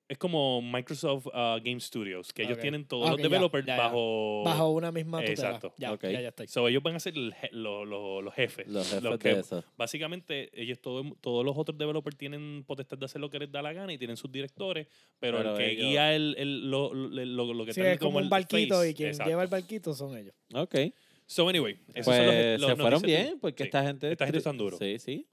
Speaker 3: es como Microsoft ah, Game Studios, que ellos
Speaker 2: Ok.
Speaker 3: tienen todos
Speaker 2: Ah, ok,
Speaker 3: los
Speaker 2: ya,
Speaker 3: developers
Speaker 2: ya, ya.
Speaker 3: bajo.
Speaker 2: bajo una misma tutela.
Speaker 3: Exacto.
Speaker 2: Ya,
Speaker 1: Ok.
Speaker 2: ya, ya estoy.
Speaker 3: So, ellos van a ser el je- lo- lo- los jefes.
Speaker 1: Los jefes
Speaker 3: Los
Speaker 1: de
Speaker 3: que-
Speaker 1: eso.
Speaker 3: Básicamente, ellos todo- todos los otros developers tienen potestad de hacer lo que les da la gana y tienen sus directores, pero,
Speaker 1: Pero
Speaker 3: el que
Speaker 1: ellos-
Speaker 3: guía el, el- lo, lo- lo- lo que
Speaker 2: Sí,
Speaker 3: tal
Speaker 2: es como
Speaker 3: el
Speaker 2: un barquito
Speaker 3: face.
Speaker 2: y quien
Speaker 3: Exacto.
Speaker 2: lleva el barquito son ellos.
Speaker 1: Ok.
Speaker 3: So, anyway, esos son los- e-
Speaker 1: Pues
Speaker 3: los
Speaker 1: se fueron
Speaker 3: noticias de-
Speaker 1: bien porque
Speaker 3: Sí.
Speaker 1: esta gente...
Speaker 3: Esta gente están duro.
Speaker 1: Sí, sí.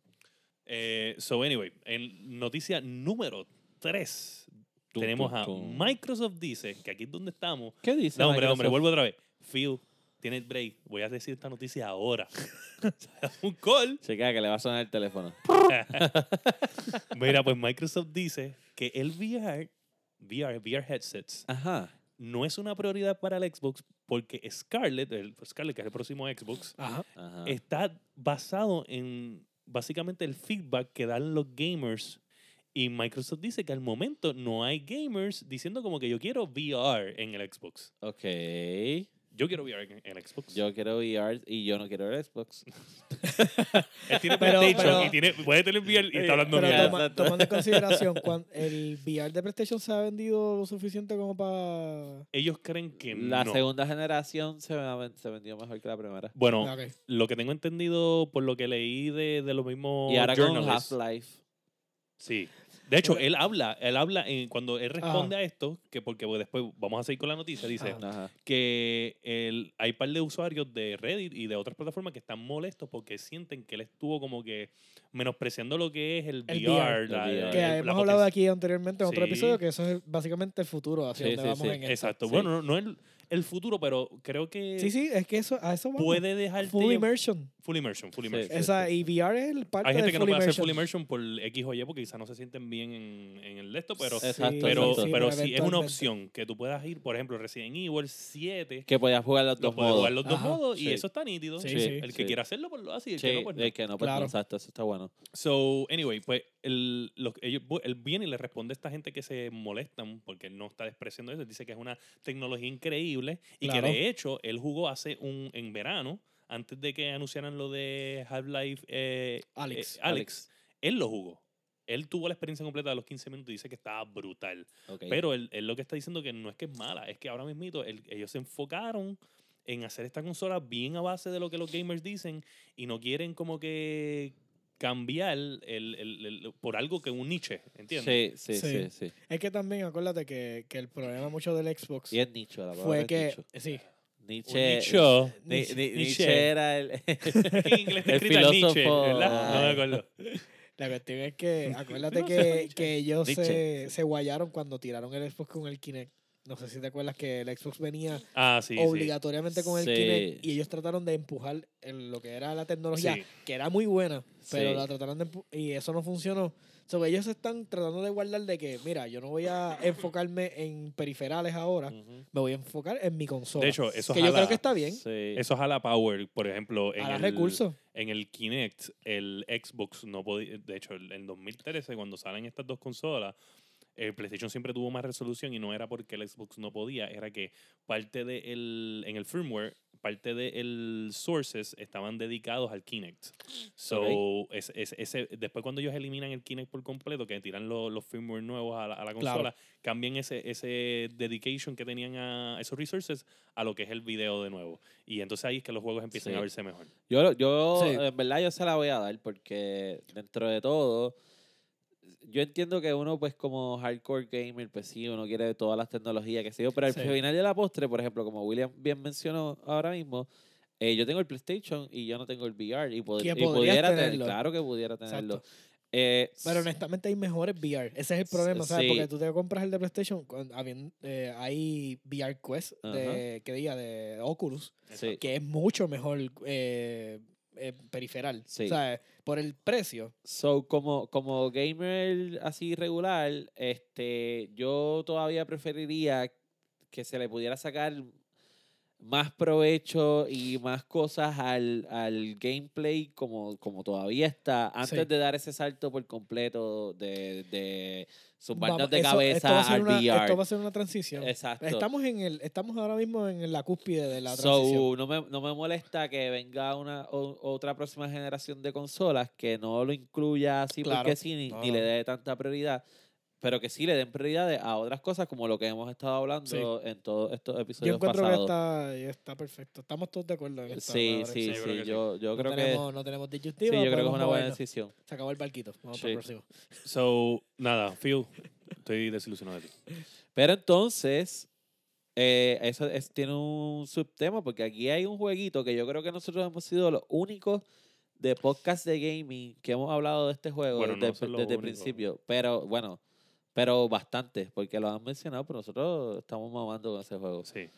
Speaker 3: Eh, so, anyway, en noticia número 3,
Speaker 1: Tum,
Speaker 3: tenemos
Speaker 1: tum,
Speaker 3: a
Speaker 1: tum.
Speaker 3: Microsoft dice que aquí es donde estamos.
Speaker 1: ¿Qué dice
Speaker 3: No, hombre, hombre,
Speaker 1: Microsoft?
Speaker 3: vuelvo otra vez. Phil, tiene el break. Voy a decir esta noticia ahora. Un call.
Speaker 1: Chequea que le va a sonar el teléfono.
Speaker 3: Mira, pues Microsoft dice que el VR, VR, VR headsets,
Speaker 1: Ajá.
Speaker 3: no es una prioridad para el Xbox porque Scarlett, el Scarlett que es el próximo Xbox,
Speaker 2: Ajá.
Speaker 1: Ajá.
Speaker 3: está basado en básicamente el feedback que dan los gamers. Y Microsoft dice que al momento no hay gamers diciendo como que yo quiero VR en el Xbox.
Speaker 1: Ok.
Speaker 3: Yo quiero VR en el Xbox.
Speaker 1: Yo quiero VR y yo no quiero el Xbox.
Speaker 3: Él tiene
Speaker 2: Pero-
Speaker 3: PlayStation
Speaker 2: pero- eh,
Speaker 3: y tiene, puede tener VR y está hablando
Speaker 2: Pero
Speaker 1: mierda.
Speaker 3: mierda.
Speaker 2: toma-
Speaker 1: Exacto.
Speaker 2: tomando en consideración, cuan- ¿el VR de PlayStation se ha vendido lo suficiente como para...?
Speaker 3: Ellos creen que
Speaker 1: La
Speaker 3: no.
Speaker 1: segunda generación se, va- se vendió mejor que la primera.
Speaker 3: Bueno,
Speaker 2: Ah, ok.
Speaker 3: lo que tengo entendido por lo que leí de, de los mismos
Speaker 1: y ahora con
Speaker 3: journalists-
Speaker 1: Half-Life.
Speaker 3: Sí. De hecho,
Speaker 2: Porque-
Speaker 3: él habla, él habla en- cuando
Speaker 2: Ah.
Speaker 3: él responde a esto, que porque pues, después vamos a seguir con la noticia, dice
Speaker 2: Ajá.
Speaker 1: Ajá.
Speaker 3: que el, hay par de usuarios de Reddit y de otras plataformas que están molestos porque sienten que él estuvo como que menospreciando lo que es el,
Speaker 2: El
Speaker 3: VR.
Speaker 2: VR.
Speaker 3: la-
Speaker 1: El VR.
Speaker 2: Que
Speaker 3: la- la
Speaker 2: hemos
Speaker 3: poten-
Speaker 2: hablado aquí anteriormente en otro
Speaker 3: Sí.
Speaker 2: episodio que eso es básicamente el futuro hacia
Speaker 1: Sí,
Speaker 2: donde
Speaker 1: sí,
Speaker 2: vamos
Speaker 1: sí.
Speaker 2: en esto.
Speaker 3: Exacto.
Speaker 1: Sí.
Speaker 3: Bueno, no, no el, el futuro, pero creo que
Speaker 2: Sí, sí, es que eso, a eso vamos.
Speaker 3: puede dejar
Speaker 2: Full immersion.
Speaker 3: Full immersion, full
Speaker 1: Sí.
Speaker 3: immersion.
Speaker 2: Esa, y VR es el parte
Speaker 3: Hay gente
Speaker 2: de
Speaker 3: que no
Speaker 2: full
Speaker 3: puede hacer
Speaker 2: immersion.
Speaker 3: full immersion por X o Y porque quizás no se sienten bien en, en el de esto, pero,
Speaker 1: Sí,
Speaker 3: pero,
Speaker 1: exacto.
Speaker 3: pero sí es una
Speaker 2: eventualmente.
Speaker 3: opción que tú puedas ir, por ejemplo, Resident Evil 7,
Speaker 1: Que podías jugar los
Speaker 3: lo
Speaker 1: dos
Speaker 3: puedes
Speaker 1: modos.
Speaker 3: jugar los dos
Speaker 2: Ajá.
Speaker 3: modos y
Speaker 1: Sí.
Speaker 3: eso está nítido.
Speaker 2: Sí, sí.
Speaker 3: El que
Speaker 1: sí.
Speaker 3: quiera hacerlo, pues lo hace y el
Speaker 1: Sí,
Speaker 3: que no, pues no.
Speaker 1: el que no, pues no,
Speaker 2: Claro.
Speaker 1: exacto, eso está bueno.
Speaker 3: So, anyway, pues el, los- ellos, bu- él viene y le responde a esta gente que se molestan porque él no está despreciando eso. Él dice que es una tecnología increíble y
Speaker 2: Claro.
Speaker 3: que de hecho él jugó hace un en verano, antes de que anunciaran lo de Half-Life eh,
Speaker 2: Alex.
Speaker 3: eh, Alex. Él lo jugó. Él tuvo la experiencia completa de los 15 minutos y dice que estaba brutal.
Speaker 1: Ok.
Speaker 3: Pero él, él lo que está diciendo que no es que es mala, es que ahora mismito él- ellos se enfocaron en hacer esta consola bien a base de lo que los gamers dicen y no quieren como que cambiar el, el- el- por algo que un nicho, ¿entiendes?
Speaker 1: sí, sí, sí,
Speaker 2: Sí.
Speaker 1: sí,
Speaker 2: Es que también acuérdate que, que el problema mucho del Xbox
Speaker 1: Y es nicho, la palabra
Speaker 2: fue
Speaker 1: es
Speaker 2: que...
Speaker 1: nicho.
Speaker 2: Sí.
Speaker 3: Un
Speaker 1: Nietzsche.
Speaker 3: nicho.
Speaker 1: Ni- ni-
Speaker 2: Nietzsche.
Speaker 1: Nietzsche era el...
Speaker 3: Es que en inglés está
Speaker 1: El
Speaker 3: escrita Nietzsche,
Speaker 1: filósofo-
Speaker 3: ¿verdad? No me acuerdo.
Speaker 2: La cuestión es que acuérdate
Speaker 3: No,
Speaker 2: que, que ellos
Speaker 1: Nietzsche.
Speaker 2: se, se guayaron cuando tiraron el Xbox con el Kinect. No sé si te acuerdas que el Xbox venía
Speaker 3: Ah, sí. sí.
Speaker 2: obligatoriamente con el
Speaker 1: Sí.
Speaker 2: Kinect y ellos trataron de empujar el- lo que era la tecnología,
Speaker 3: Sí.
Speaker 2: que era muy buena, pero
Speaker 1: Sí.
Speaker 2: la trataron de empu- y eso no funcionó. So, ellos están tratando de guardar de que, mira, yo no voy a enfocarme en periferales ahora,
Speaker 1: Ujú.
Speaker 2: me voy a enfocar en mi consola.
Speaker 3: De hecho, eso
Speaker 2: que
Speaker 3: jala,
Speaker 2: yo creo que está bien,
Speaker 1: Sí.
Speaker 3: eso jala power, por ejemplo, en
Speaker 2: a
Speaker 3: el,
Speaker 2: recursos.
Speaker 3: en el Kinect, el Xbox no podía. De hecho, el- en 2013, cuando salen estas dos consolas, el PlayStation siempre tuvo más resolución y no era porque el Xbox no podía, era que parte de el, en el firmware, parte del sources estaban dedicados al Kinect. So, es- es- ese- después cuando ellos eliminan el Kinect por completo, que tiran lo- los firmware nuevos a la, a la consola, cambian ese, ese dedication que tenían a esos resources a lo que es el video de nuevo. Y entonces ahí es que los juegos empiezan
Speaker 1: Sí.
Speaker 3: a verse mejor.
Speaker 1: Yo, lo- yo
Speaker 2: Sí.
Speaker 1: en verdad, yo se la voy a dar porque dentro de todo, yo entiendo que uno, pues como hardcore gamer, pues sí, uno quiere todas las tecnologías que se yo, pero al
Speaker 2: Sí.
Speaker 1: final de la postre, por ejemplo, como William bien mencionó ahora mismo, eh, yo tengo el PlayStation y yo no tengo el VR y, pod-
Speaker 2: Que
Speaker 1: y
Speaker 2: podrías
Speaker 1: pudiera
Speaker 2: tenerlo.
Speaker 1: tener, claro que pudiera tenerlo.
Speaker 2: Exacto.
Speaker 1: Eh,
Speaker 2: Pero honestamente hay mejores VR. Ese es el problema, ¿sabes?
Speaker 1: Sí.
Speaker 2: Porque tú te compras el de PlayStation, con- habien- eh, hay VR Quest, de, que diga, de Oculus.
Speaker 1: sí,
Speaker 2: que es mucho mejor eh, eh, periferal.
Speaker 1: Sí.
Speaker 2: O sea, por el precio.
Speaker 1: So, como, como gamer así regular, este, yo todavía preferiría que se le pudiera sacar más provecho y más cosas al, al gameplay como, como todavía está, antes
Speaker 2: Sí.
Speaker 1: de dar ese salto por completo de, de
Speaker 2: vamos-
Speaker 1: zumbarnos de
Speaker 2: eso- esto va
Speaker 1: cabeza
Speaker 2: a ser
Speaker 1: al
Speaker 2: una-
Speaker 1: VR.
Speaker 2: Esto va a ser una transición.
Speaker 1: Exacto.
Speaker 2: Estamos, en el, estamos ahora mismo en la cúspide de la transición.
Speaker 1: So, no me, no me molesta que venga una o- otra próxima generación de consolas que no lo incluya así
Speaker 2: Claro.
Speaker 1: porque sí, ni,
Speaker 2: No,
Speaker 1: ni
Speaker 2: no.
Speaker 1: le dé tanta prioridad, pero que sí le den prioridad a otras cosas como lo que hemos estado hablando
Speaker 2: Sí.
Speaker 1: en todos estos
Speaker 2: Yo
Speaker 1: episodios
Speaker 2: encuentro
Speaker 1: pasados.
Speaker 2: que está, está perfecto. Estamos todos de acuerdo en esta
Speaker 1: sí,
Speaker 2: palabra.
Speaker 1: sí,
Speaker 3: Sí, yo
Speaker 1: sí,
Speaker 3: creo que sí.
Speaker 1: yo, yo
Speaker 2: No
Speaker 1: creo que
Speaker 2: tenemos, no tenemos
Speaker 1: sí,
Speaker 2: disyuntiva,
Speaker 1: yo creo que es
Speaker 2: podemos
Speaker 1: una buena
Speaker 2: movernos.
Speaker 1: decisión.
Speaker 2: Se acabó el barquito. Vamos
Speaker 1: Sí.
Speaker 2: para el próximo.
Speaker 3: So, nada, Phil, estoy desilusionado de ti.
Speaker 1: Pero entonces, eh, eso es- tiene un subtema, porque aquí hay un jueguito que yo creo que nosotros hemos sido los únicos de podcast de gaming que hemos hablado de este juego
Speaker 3: Bueno, no
Speaker 1: desde,
Speaker 3: son los
Speaker 1: desde el
Speaker 3: únicos.
Speaker 1: principio. Pero bueno, pero bastante, porque lo han mencionado, pero nosotros estamos mamando con ese juego.
Speaker 3: Sí.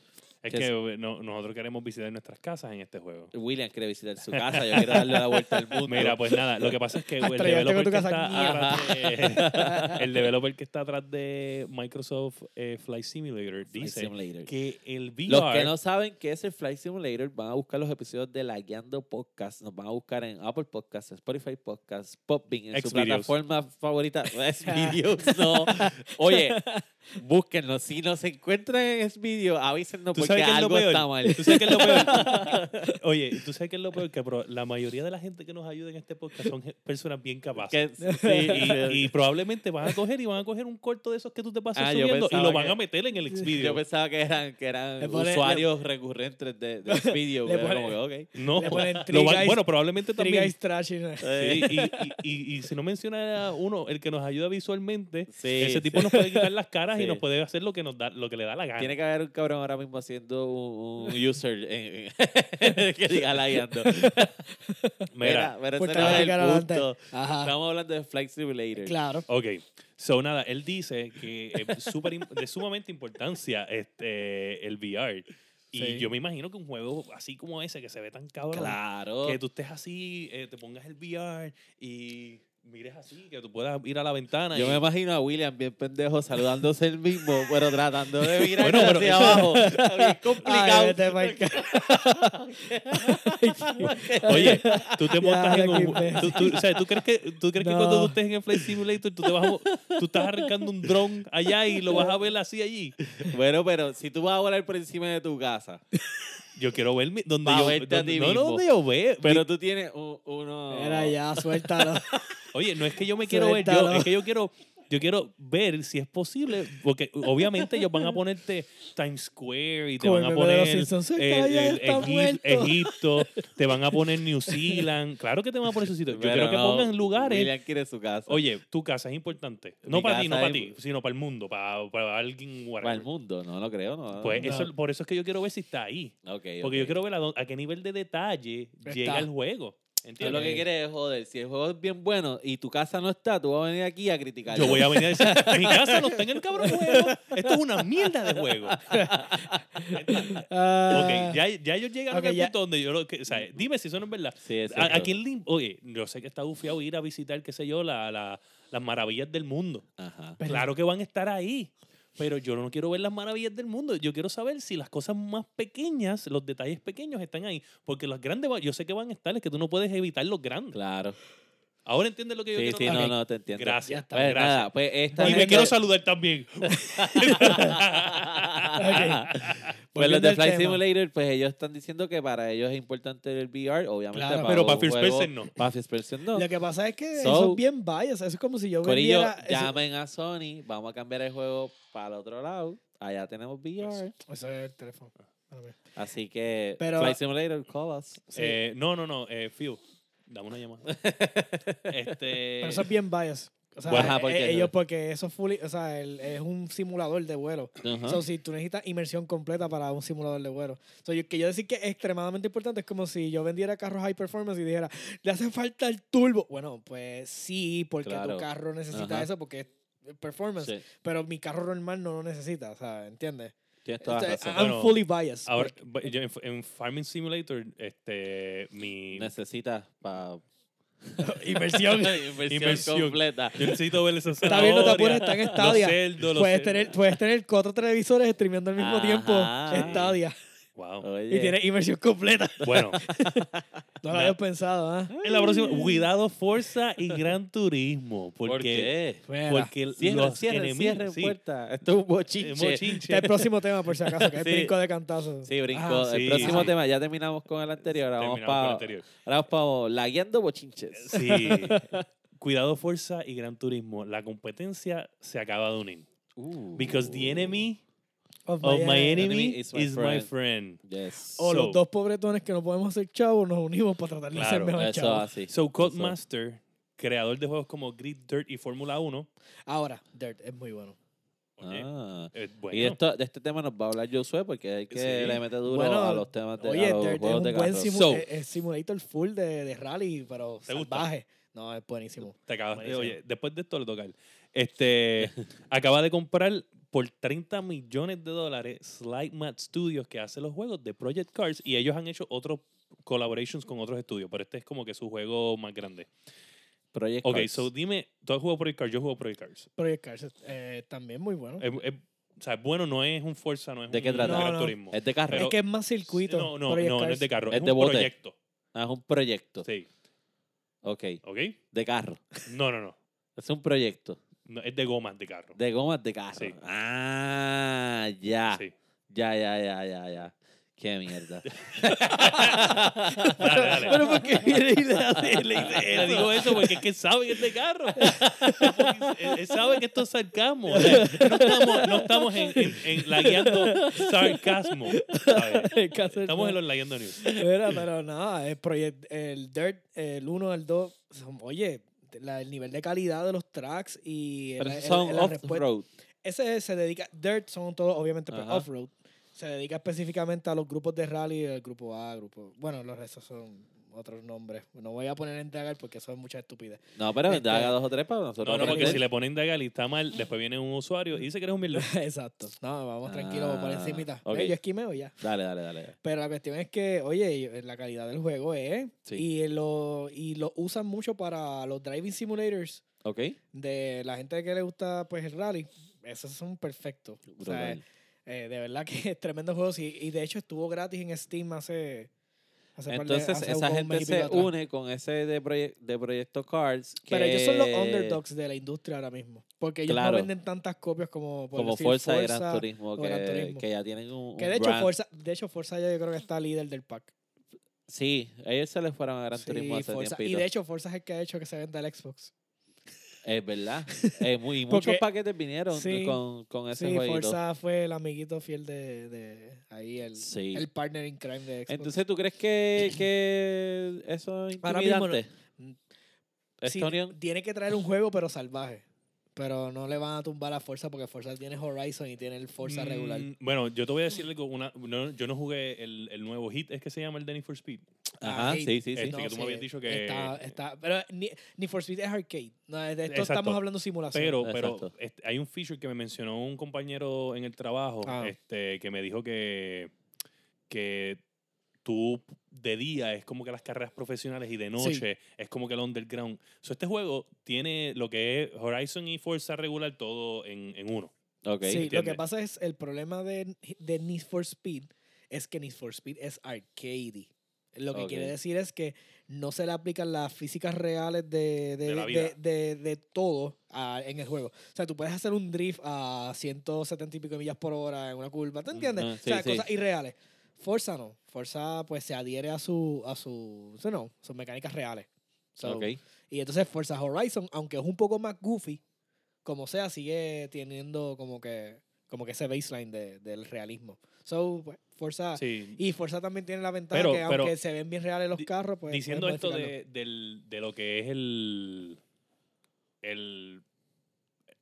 Speaker 3: Es
Speaker 1: Que
Speaker 3: que
Speaker 1: es-
Speaker 3: eh, no- nosotros queremos visitar nuestras casas en este juego.
Speaker 1: William quiere visitar su casa, yo quiero darle la vuelta al mundo.
Speaker 3: Mira, pues nada, lo que pasa es que el
Speaker 1: Ah,
Speaker 2: Hasta llegaste con
Speaker 3: developer
Speaker 2: tu
Speaker 3: que,
Speaker 2: casa,
Speaker 3: está atrás de, el developer que está atrás de Microsoft eh, Flight Simulator
Speaker 1: Flight
Speaker 3: dice
Speaker 1: Simulator.
Speaker 3: que el VR...
Speaker 1: Los que no saben qué es el Flight Simulator van a buscar los episodios de La Guiando Podcast. Nos van a buscar en Apple Podcasts, Spotify Podcasts, Popbean, en su
Speaker 3: Xvideos.
Speaker 1: plataforma favorita. Xvideos, no. Oye, búsquenlo. Si nos encuentran en Xvideos, avísennos
Speaker 3: Tú
Speaker 1: porque que
Speaker 3: sabes qué es lo
Speaker 1: algo
Speaker 3: peor?
Speaker 1: está mal.
Speaker 3: ¿Tú sabes qué es lo peor? Oye, ¿tú sabes qué es lo peor? Que pro- la mayoría de la gente que nos ayuda en este podcast son gen- personas bien capaces.
Speaker 1: Que- sí,
Speaker 3: Y, y probablemente van a coger y van a coger un corto de esos que tú te pasas
Speaker 1: Ah, yo
Speaker 3: subiendo y
Speaker 1: pensaba
Speaker 3: lo van
Speaker 1: que-
Speaker 3: a meter en el
Speaker 1: Yo
Speaker 3: Xvideo.
Speaker 1: pensaba que eran, que eran
Speaker 2: Le pone-
Speaker 1: usuarios recurrentes de, de Xvideo.
Speaker 2: Le
Speaker 1: que era
Speaker 2: pone-
Speaker 1: como que, ok.
Speaker 3: No,
Speaker 2: Le ponen
Speaker 3: lo
Speaker 2: Three
Speaker 3: van-
Speaker 2: Guys-
Speaker 3: bueno, probablemente
Speaker 2: Three
Speaker 3: también.
Speaker 2: Guys Trash. y-
Speaker 3: Sí, y, y- y- y si no menciona a uno, el que nos ayuda visualmente,
Speaker 1: Sí,
Speaker 3: ese
Speaker 1: sí.
Speaker 3: tipo nos puede quitar las caras y
Speaker 1: Sí.
Speaker 3: nos puede hacer lo que nos da, lo que le da la gana.
Speaker 1: Tiene que haber un cabrón ahora mismo haciendo un, un user en- en- que diga lagueando.
Speaker 3: Mira,
Speaker 1: Mira, pero
Speaker 2: Por
Speaker 1: ese no es el
Speaker 2: trabajar adelante.
Speaker 1: punto.
Speaker 3: Ah.
Speaker 2: Ajá.
Speaker 1: Estamos hablando de Flight Simulator.
Speaker 2: Claro.
Speaker 3: ok. So, nada, él dice que es súper im- de sumamente importancia este, el VR. Y
Speaker 2: Sí.
Speaker 3: yo me imagino que un juego así como ese, que se ve tan cabrón,
Speaker 1: Claro.
Speaker 3: que tú estés así, eh, te pongas el VR y mires así, que tú puedas ir a la ventana.
Speaker 1: Yo
Speaker 3: y-
Speaker 1: me imagino a William bien pendejo saludándose él mismo, pero tratando de mirar
Speaker 3: Bueno, pero-
Speaker 1: hacia abajo. este Está bien
Speaker 2: Ay, este
Speaker 1: complicado.
Speaker 2: vete pa'l ca-
Speaker 3: Oye, tú te montas
Speaker 2: Ya,
Speaker 3: en
Speaker 2: qué
Speaker 3: un. Tú,
Speaker 2: imbécil.
Speaker 3: tú- o sea, ¿tú crees que, tú crees que
Speaker 2: No.
Speaker 3: cuando tú estés en el Flight Simulator, tú, te vas a mo- tú estás arrancando un dron allá y lo vas a ver así allí?
Speaker 1: Bueno, pero si tú vas a volar por encima de tu casa,
Speaker 3: Yo quiero ver mi- donde
Speaker 1: Va a
Speaker 3: yo.
Speaker 1: verte a
Speaker 3: donde-
Speaker 1: ti
Speaker 3: no, no,
Speaker 1: mismo.
Speaker 3: donde yo veo.
Speaker 1: pero tú tienes u- uno...
Speaker 2: Era ya, suéltalo.
Speaker 3: Oye, no es que yo me quiero ver, yo,
Speaker 2: Suéltalo.
Speaker 3: es que yo quiero. Yo quiero ver si es posible, porque obviamente ellos van a ponerte Times Square y te
Speaker 2: Como
Speaker 3: van
Speaker 2: el
Speaker 3: a
Speaker 2: meme de los
Speaker 3: poner
Speaker 2: Simpsons,
Speaker 3: eh,
Speaker 2: "Suéltalo, ya
Speaker 3: el-
Speaker 2: está
Speaker 3: Egip-
Speaker 2: muerto".
Speaker 3: Egipto, te van a poner New Zealand. Claro que te van a poner esos sitios. Yo
Speaker 1: Pero
Speaker 3: quiero que
Speaker 1: no,
Speaker 3: pongan lugares
Speaker 1: William quiere su casa.
Speaker 3: Oye, tu casa es importante.
Speaker 1: Mi
Speaker 3: No para ti, no
Speaker 1: casa
Speaker 3: para
Speaker 1: es-
Speaker 3: ti, sino para el mundo, para, para alguien. whatever.
Speaker 1: Para el mundo, no lo creo, no.
Speaker 3: Pues
Speaker 2: No.
Speaker 3: eso, por eso es que yo quiero ver si está ahí.
Speaker 1: Okay,
Speaker 3: Porque yo
Speaker 1: ok.
Speaker 3: quiero ver a, dó- a qué nivel de detalle
Speaker 2: Está.
Speaker 3: llega el juego.
Speaker 1: Tú
Speaker 3: ¿Entiendes?
Speaker 1: lo que
Speaker 2: Ok.
Speaker 1: quieres es joder. Si el juego es bien bueno y tu casa no está, tú vas a venir aquí a criticar.
Speaker 3: Yo voy a venir a decir, mi casa no está en el cabrón juego. Esto es una mierda de juego.
Speaker 2: Ah,
Speaker 3: Ok, ya, ya ellos llegaron
Speaker 2: Ok,
Speaker 3: al
Speaker 2: ya.
Speaker 3: punto donde yo lo que, o sea,
Speaker 1: Mm.
Speaker 3: dime si eso no es verdad.
Speaker 1: Sí, es
Speaker 3: ¿A, a
Speaker 1: cierto.
Speaker 3: quién le im- Oye, yo sé que está bufiado ir a visitar, qué sé yo, la- la- las maravillas del mundo.
Speaker 1: Ajá.
Speaker 2: Pero-
Speaker 3: Claro que van a estar ahí. Pero yo no quiero ver las maravillas del mundo. Yo quiero saber si las cosas más pequeñas, los detalles pequeños están ahí. Porque las grandes, va- yo sé que van a estar, es que tú no puedes evitar los grandes.
Speaker 1: Claro.
Speaker 3: Ahora entiendes lo que yo
Speaker 1: Sí,
Speaker 3: quiero
Speaker 1: sí, no,
Speaker 3: Ok.
Speaker 1: no, te entiendo.
Speaker 2: Ya
Speaker 3: Gracias.
Speaker 2: está,
Speaker 1: Pues
Speaker 3: gracias.
Speaker 1: nada, pues esta
Speaker 3: Y me
Speaker 1: gente-
Speaker 3: quiero saludar también.
Speaker 1: Pues los
Speaker 2: Volviendo
Speaker 1: de
Speaker 2: al
Speaker 1: Flight
Speaker 2: tema.
Speaker 1: Simulator, pues ellos están diciendo que para ellos es importante el VR, obviamente.
Speaker 2: Claro.
Speaker 3: Pero para
Speaker 1: un
Speaker 3: first
Speaker 1: juego-
Speaker 3: person no.
Speaker 1: Para First Person no.
Speaker 2: Lo que pasa es que
Speaker 1: So-
Speaker 2: eso es bien bias. Eso es como si yo
Speaker 1: Corillo,
Speaker 2: vendiera... eso-
Speaker 1: llamen a Sony, vamos a cambiar el juego para el otro lado. Allá tenemos
Speaker 3: Pues
Speaker 1: VR.
Speaker 2: Eso es el teléfono. Espérame.
Speaker 1: Así que
Speaker 2: Pero-
Speaker 1: Flight Simulator, call us.
Speaker 2: Sí.
Speaker 3: Eh, no, no, no. Eh, Fiu, dame una llamada. este,
Speaker 2: Pero eso es bien bias. O sea,
Speaker 1: Bueno, ajá,
Speaker 2: eh,
Speaker 1: ¿por qué?
Speaker 2: ellos porque eso es, fully- o sea, el- es un simulador de vuelo.
Speaker 1: Ajá.
Speaker 2: So, si tú necesitas inmersión completa para un simulador de vuelo. So, yo- que yo decir que es extremadamente importante es como si yo vendiera carros high performance y dijera, le hace falta el turbo. Bueno, pues sí, porque
Speaker 1: Claro.
Speaker 2: tu carro necesita
Speaker 1: Ajá.
Speaker 2: eso porque es eh, performance.
Speaker 1: Sí,
Speaker 2: Pero mi carro normal no lo necesita, ¿sabes? ¿Entiendes?
Speaker 1: tienes toda la
Speaker 2: Entonces,
Speaker 1: razón.
Speaker 2: I'm
Speaker 3: Bueno,
Speaker 2: fully biased.
Speaker 3: ahora, yo en, en Farming Simulator, este, mi,
Speaker 1: Necesitas para
Speaker 2: inmersión.
Speaker 1: inversión
Speaker 3: Inversión.
Speaker 1: completa.
Speaker 3: Yo necesito ver esas
Speaker 2: Pues, Está bien, no te apures,
Speaker 3: zanahorias,
Speaker 2: está en
Speaker 3: los
Speaker 2: Stadia.
Speaker 3: cerdos, los
Speaker 2: Puedes
Speaker 3: cerdos.
Speaker 2: tener, puedes tener cuatro televisores streameando al mismo tiempo
Speaker 1: Ajá.
Speaker 2: Stadia.
Speaker 3: Wow.
Speaker 1: Oye,
Speaker 2: Y tienes inversión completa.
Speaker 3: Bueno,
Speaker 2: No
Speaker 3: Na-
Speaker 2: lo habías pensado, ¿ah?
Speaker 3: en la próxima, cuidado Forza y Gran Turismo,
Speaker 1: ¿Por
Speaker 3: porque
Speaker 1: qué?
Speaker 2: Mira,
Speaker 3: porque
Speaker 1: Cierren,
Speaker 3: los
Speaker 1: cierren, cierren
Speaker 3: enemigos, sí,
Speaker 1: puerta. Esto es un
Speaker 3: eh,
Speaker 1: bochinche.
Speaker 2: está
Speaker 3: mochinche.
Speaker 2: el próximo tema, por si acaso, que es
Speaker 1: Sí.
Speaker 2: brinco de cantazo.
Speaker 1: Sí, brinco.
Speaker 3: Ah,
Speaker 1: el
Speaker 3: sí,
Speaker 1: próximo
Speaker 3: sí.
Speaker 1: tema, ya terminamos con el anterior. Ahora
Speaker 3: Terminamos
Speaker 1: vamos para
Speaker 3: con el anterior.
Speaker 1: Ahora vamos para lagueando bochinches.
Speaker 3: Sí. Cuidado Forza y Gran Turismo, la competencia se acaba de unir.
Speaker 1: Uh.
Speaker 3: Because the enemy
Speaker 2: Of
Speaker 3: of Oh, my
Speaker 2: Miami.
Speaker 3: enemy is my friend.
Speaker 1: Yes.
Speaker 2: O
Speaker 3: So-
Speaker 2: los dos pobretones que no podemos hacer chavos, nos unimos para tratar de
Speaker 3: Claro,
Speaker 2: hacer mejor
Speaker 1: Eso
Speaker 2: chavos.
Speaker 1: así.
Speaker 3: So
Speaker 1: Eso.
Speaker 3: Codemaster, creador de juegos como Grid Dirt y Fórmula 1,
Speaker 2: Ahora, Dirt es muy bueno.
Speaker 3: oye,
Speaker 1: Ah.
Speaker 3: eh,
Speaker 1: Y
Speaker 3: bueno,
Speaker 1: de, esto, de este tema nos va a hablar Josué porque hay que
Speaker 3: Sí.
Speaker 1: le mete duro
Speaker 2: Bueno,
Speaker 1: a los temas de
Speaker 2: Oye,
Speaker 1: a los
Speaker 2: Dirt es
Speaker 1: juegos
Speaker 2: un
Speaker 1: de
Speaker 2: buen
Speaker 1: carros.
Speaker 2: simu-
Speaker 3: So-
Speaker 2: es- es simulator full de, de rally, pero
Speaker 3: ¿Te gusta?
Speaker 2: salvaje. No, es buenísimo.
Speaker 3: te acabas-
Speaker 2: buenísimo.
Speaker 3: oye, después de esto lo tocar. Este, acaba de comprar por 30 millones de dólares Slide Mat Studios que hace los juegos de Project Cars y ellos han hecho otros collaborations con otros estudios, pero este es como que su juego más grande.
Speaker 1: Project
Speaker 3: Ok,
Speaker 1: Cars.
Speaker 3: so dime, tú has jugado Project Cars, yo juego Project Cars.
Speaker 2: Project Cars eh, también muy bueno.
Speaker 3: Es- es- o sea, es bueno, no es un Forza, no es
Speaker 1: ¿De
Speaker 3: un
Speaker 1: qué trata?
Speaker 3: Gran
Speaker 2: No, no.
Speaker 3: Turismo.
Speaker 1: es de carro.
Speaker 3: pero-
Speaker 2: es que es más circuito.
Speaker 3: No, no,
Speaker 2: Project
Speaker 3: no, no
Speaker 2: Cars.
Speaker 3: es de carro,
Speaker 1: Es
Speaker 3: es,
Speaker 1: de
Speaker 3: un
Speaker 1: bote.
Speaker 3: proyecto.
Speaker 1: Ah, es un proyecto.
Speaker 3: Sí,
Speaker 1: Ok.
Speaker 3: ¿ok?
Speaker 1: De carro.
Speaker 3: No, no, no.
Speaker 1: Es un proyecto.
Speaker 3: No, es de gomas de carro.
Speaker 1: De gomas de carro.
Speaker 3: Sí.
Speaker 1: Ah, ya.
Speaker 3: Sí.
Speaker 1: Ya, ya, ya, ya, ya. Qué mierda.
Speaker 3: Dale, dale.
Speaker 2: Pero ¿por qué viene y le hace- le dice
Speaker 3: Le
Speaker 2: eso?
Speaker 3: digo eso porque es que sabe que es de carro. él, él sabe que esto es sarcasmo. O sea, no estamos, no estamos en, en, en lagueando sarcasmo. ¿sabes?
Speaker 2: El caso es-
Speaker 3: Estamos en los lagueando news.
Speaker 2: Mira, pero nada, el, proyect- el Dirt, el 1, el 2, son- oye, la- el nivel de calidad de los tracks y el-
Speaker 1: Pero
Speaker 2: el-
Speaker 1: esos
Speaker 2: el-
Speaker 1: son
Speaker 2: la respuesta-
Speaker 1: off-road.
Speaker 2: Ese se dedica, Dirt son todos obviamente pues,
Speaker 1: Ajá.
Speaker 2: off-road, se dedica específicamente a los grupos de rally, el grupo A, grupo, bueno, los restos son otros nombres. No voy a poner en Dagar porque eso es mucha estupidez.
Speaker 1: No, pero
Speaker 2: Este-
Speaker 1: haga dos o tres para nosotros.
Speaker 3: No, no, porque
Speaker 1: aprender.
Speaker 3: si le ponen de y está mal, después viene un usuario y dice que eres un mierda.
Speaker 2: Exacto. No, vamos tranquilos por
Speaker 1: Ah,
Speaker 2: encimita.
Speaker 1: ok.
Speaker 2: Ve, Yo esquimeo ya.
Speaker 1: Dale, dale, dale.
Speaker 2: Pero la cuestión es que, oye, eh, la calidad del juego es.
Speaker 1: Sí.
Speaker 2: Y lo, y lo usan mucho para los driving simulators
Speaker 1: ¿Ok?
Speaker 2: de la gente que le gusta pues el rally. Esos son perfectos. O sea,
Speaker 1: Brutal.
Speaker 2: eh, de verdad que es tremendo juego. sí, y de hecho estuvo gratis en Steam hace. hace par de-
Speaker 1: Entonces,
Speaker 2: hace
Speaker 1: esa
Speaker 2: como un
Speaker 1: gente
Speaker 2: mes y pico
Speaker 1: se
Speaker 2: atrás.
Speaker 1: une con ese de, proye- de Proyecto Cards. Que,
Speaker 2: Pero ellos son los underdogs de la industria ahora mismo. Porque ellos
Speaker 1: Claro.
Speaker 2: no venden tantas copias como. por
Speaker 1: Como
Speaker 2: decir,
Speaker 1: Forza, y
Speaker 2: Forza,
Speaker 1: Gran Turismo, que,
Speaker 2: Gran Turismo.
Speaker 1: que ya tienen un.
Speaker 2: Que
Speaker 1: un
Speaker 2: de hecho,
Speaker 1: brand.
Speaker 2: Forza, de hecho, Forza ya yo creo que está líder del pack.
Speaker 1: Sí, ellos se les fueron a Gran
Speaker 2: Sí,
Speaker 1: Turismo hace
Speaker 2: Forza.
Speaker 1: tiempito.
Speaker 2: Y de hecho, Forza es el que ha hecho que se venda el Xbox.
Speaker 1: Es verdad. Eh, muy, y
Speaker 2: Porque-
Speaker 1: muchos paquetes vinieron
Speaker 2: Sí.
Speaker 1: con, con ese
Speaker 2: Sí,
Speaker 1: jueguito.
Speaker 2: Forza fue el amiguito fiel de, de ahí, el,
Speaker 1: Sí.
Speaker 2: el partner in crime de Xbox.
Speaker 1: Entonces, ¿tú crees que, que eso es
Speaker 2: Ahora mismo no.
Speaker 1: intimidante?
Speaker 2: Sí,
Speaker 1: Estonian,
Speaker 2: tiene que traer un juego, pero salvaje. Pero no le van a tumbar a Forza porque Forza tiene Horizon y tiene el Forza regular.
Speaker 3: Mm, Bueno, yo te voy a decir algo. Una, no, yo no jugué el, el nuevo hit, es que se llama el de Need for Speed.
Speaker 1: Ajá,
Speaker 2: Arcade.
Speaker 1: sí, sí, sí.
Speaker 3: Este que tú me habías dicho que-
Speaker 2: Está, está- pero ni, ni For Speed es arcade. No, de esto estamos
Speaker 3: Exacto.
Speaker 2: hablando simulación.
Speaker 3: Pero,
Speaker 1: Exacto.
Speaker 3: pero este, hay un feature que me mencionó un compañero en el trabajo
Speaker 2: Ah.
Speaker 3: este, que me dijo que, que tú de día es como que las carreras profesionales y de noche es como que el underground. So, este juego tiene lo que es Horizon y Forza regular todo en, en uno.
Speaker 1: Ok.
Speaker 2: sí, lo que
Speaker 3: entiende.
Speaker 2: pasa es el problema de, de Need for Speed es que Need for Speed es arcade. Lo que quiere
Speaker 1: Ok.
Speaker 2: decir es que no se le aplican las físicas reales de, de,
Speaker 3: De la
Speaker 2: de-
Speaker 3: vida.
Speaker 2: de- de todo a- en el juego. O sea, tú puedes hacer un drift a 170 y pico de millas por hora en una curva, ¿te entiendes?
Speaker 1: Ujú,
Speaker 2: o sea,
Speaker 1: sí, sí.
Speaker 2: cosas irreales. Forza no. Forza pues se adhiere a su a su, so, no, sus mecánicas reales. So,
Speaker 1: ok.
Speaker 2: y entonces Forza Horizon, aunque es un poco más goofy, como sea, sigue teniendo como que, como que ese baseline de- del realismo. So, pues, Forza.
Speaker 3: Sí.
Speaker 2: Y Forza también tiene la ventaja
Speaker 3: Pero-
Speaker 2: que,
Speaker 3: pero-
Speaker 2: aunque se ven bien reales los
Speaker 3: di-
Speaker 2: carros, pues.
Speaker 3: Diciendo
Speaker 2: puedes
Speaker 3: esto
Speaker 2: modificarlo.
Speaker 3: de, del- de lo que es el. El.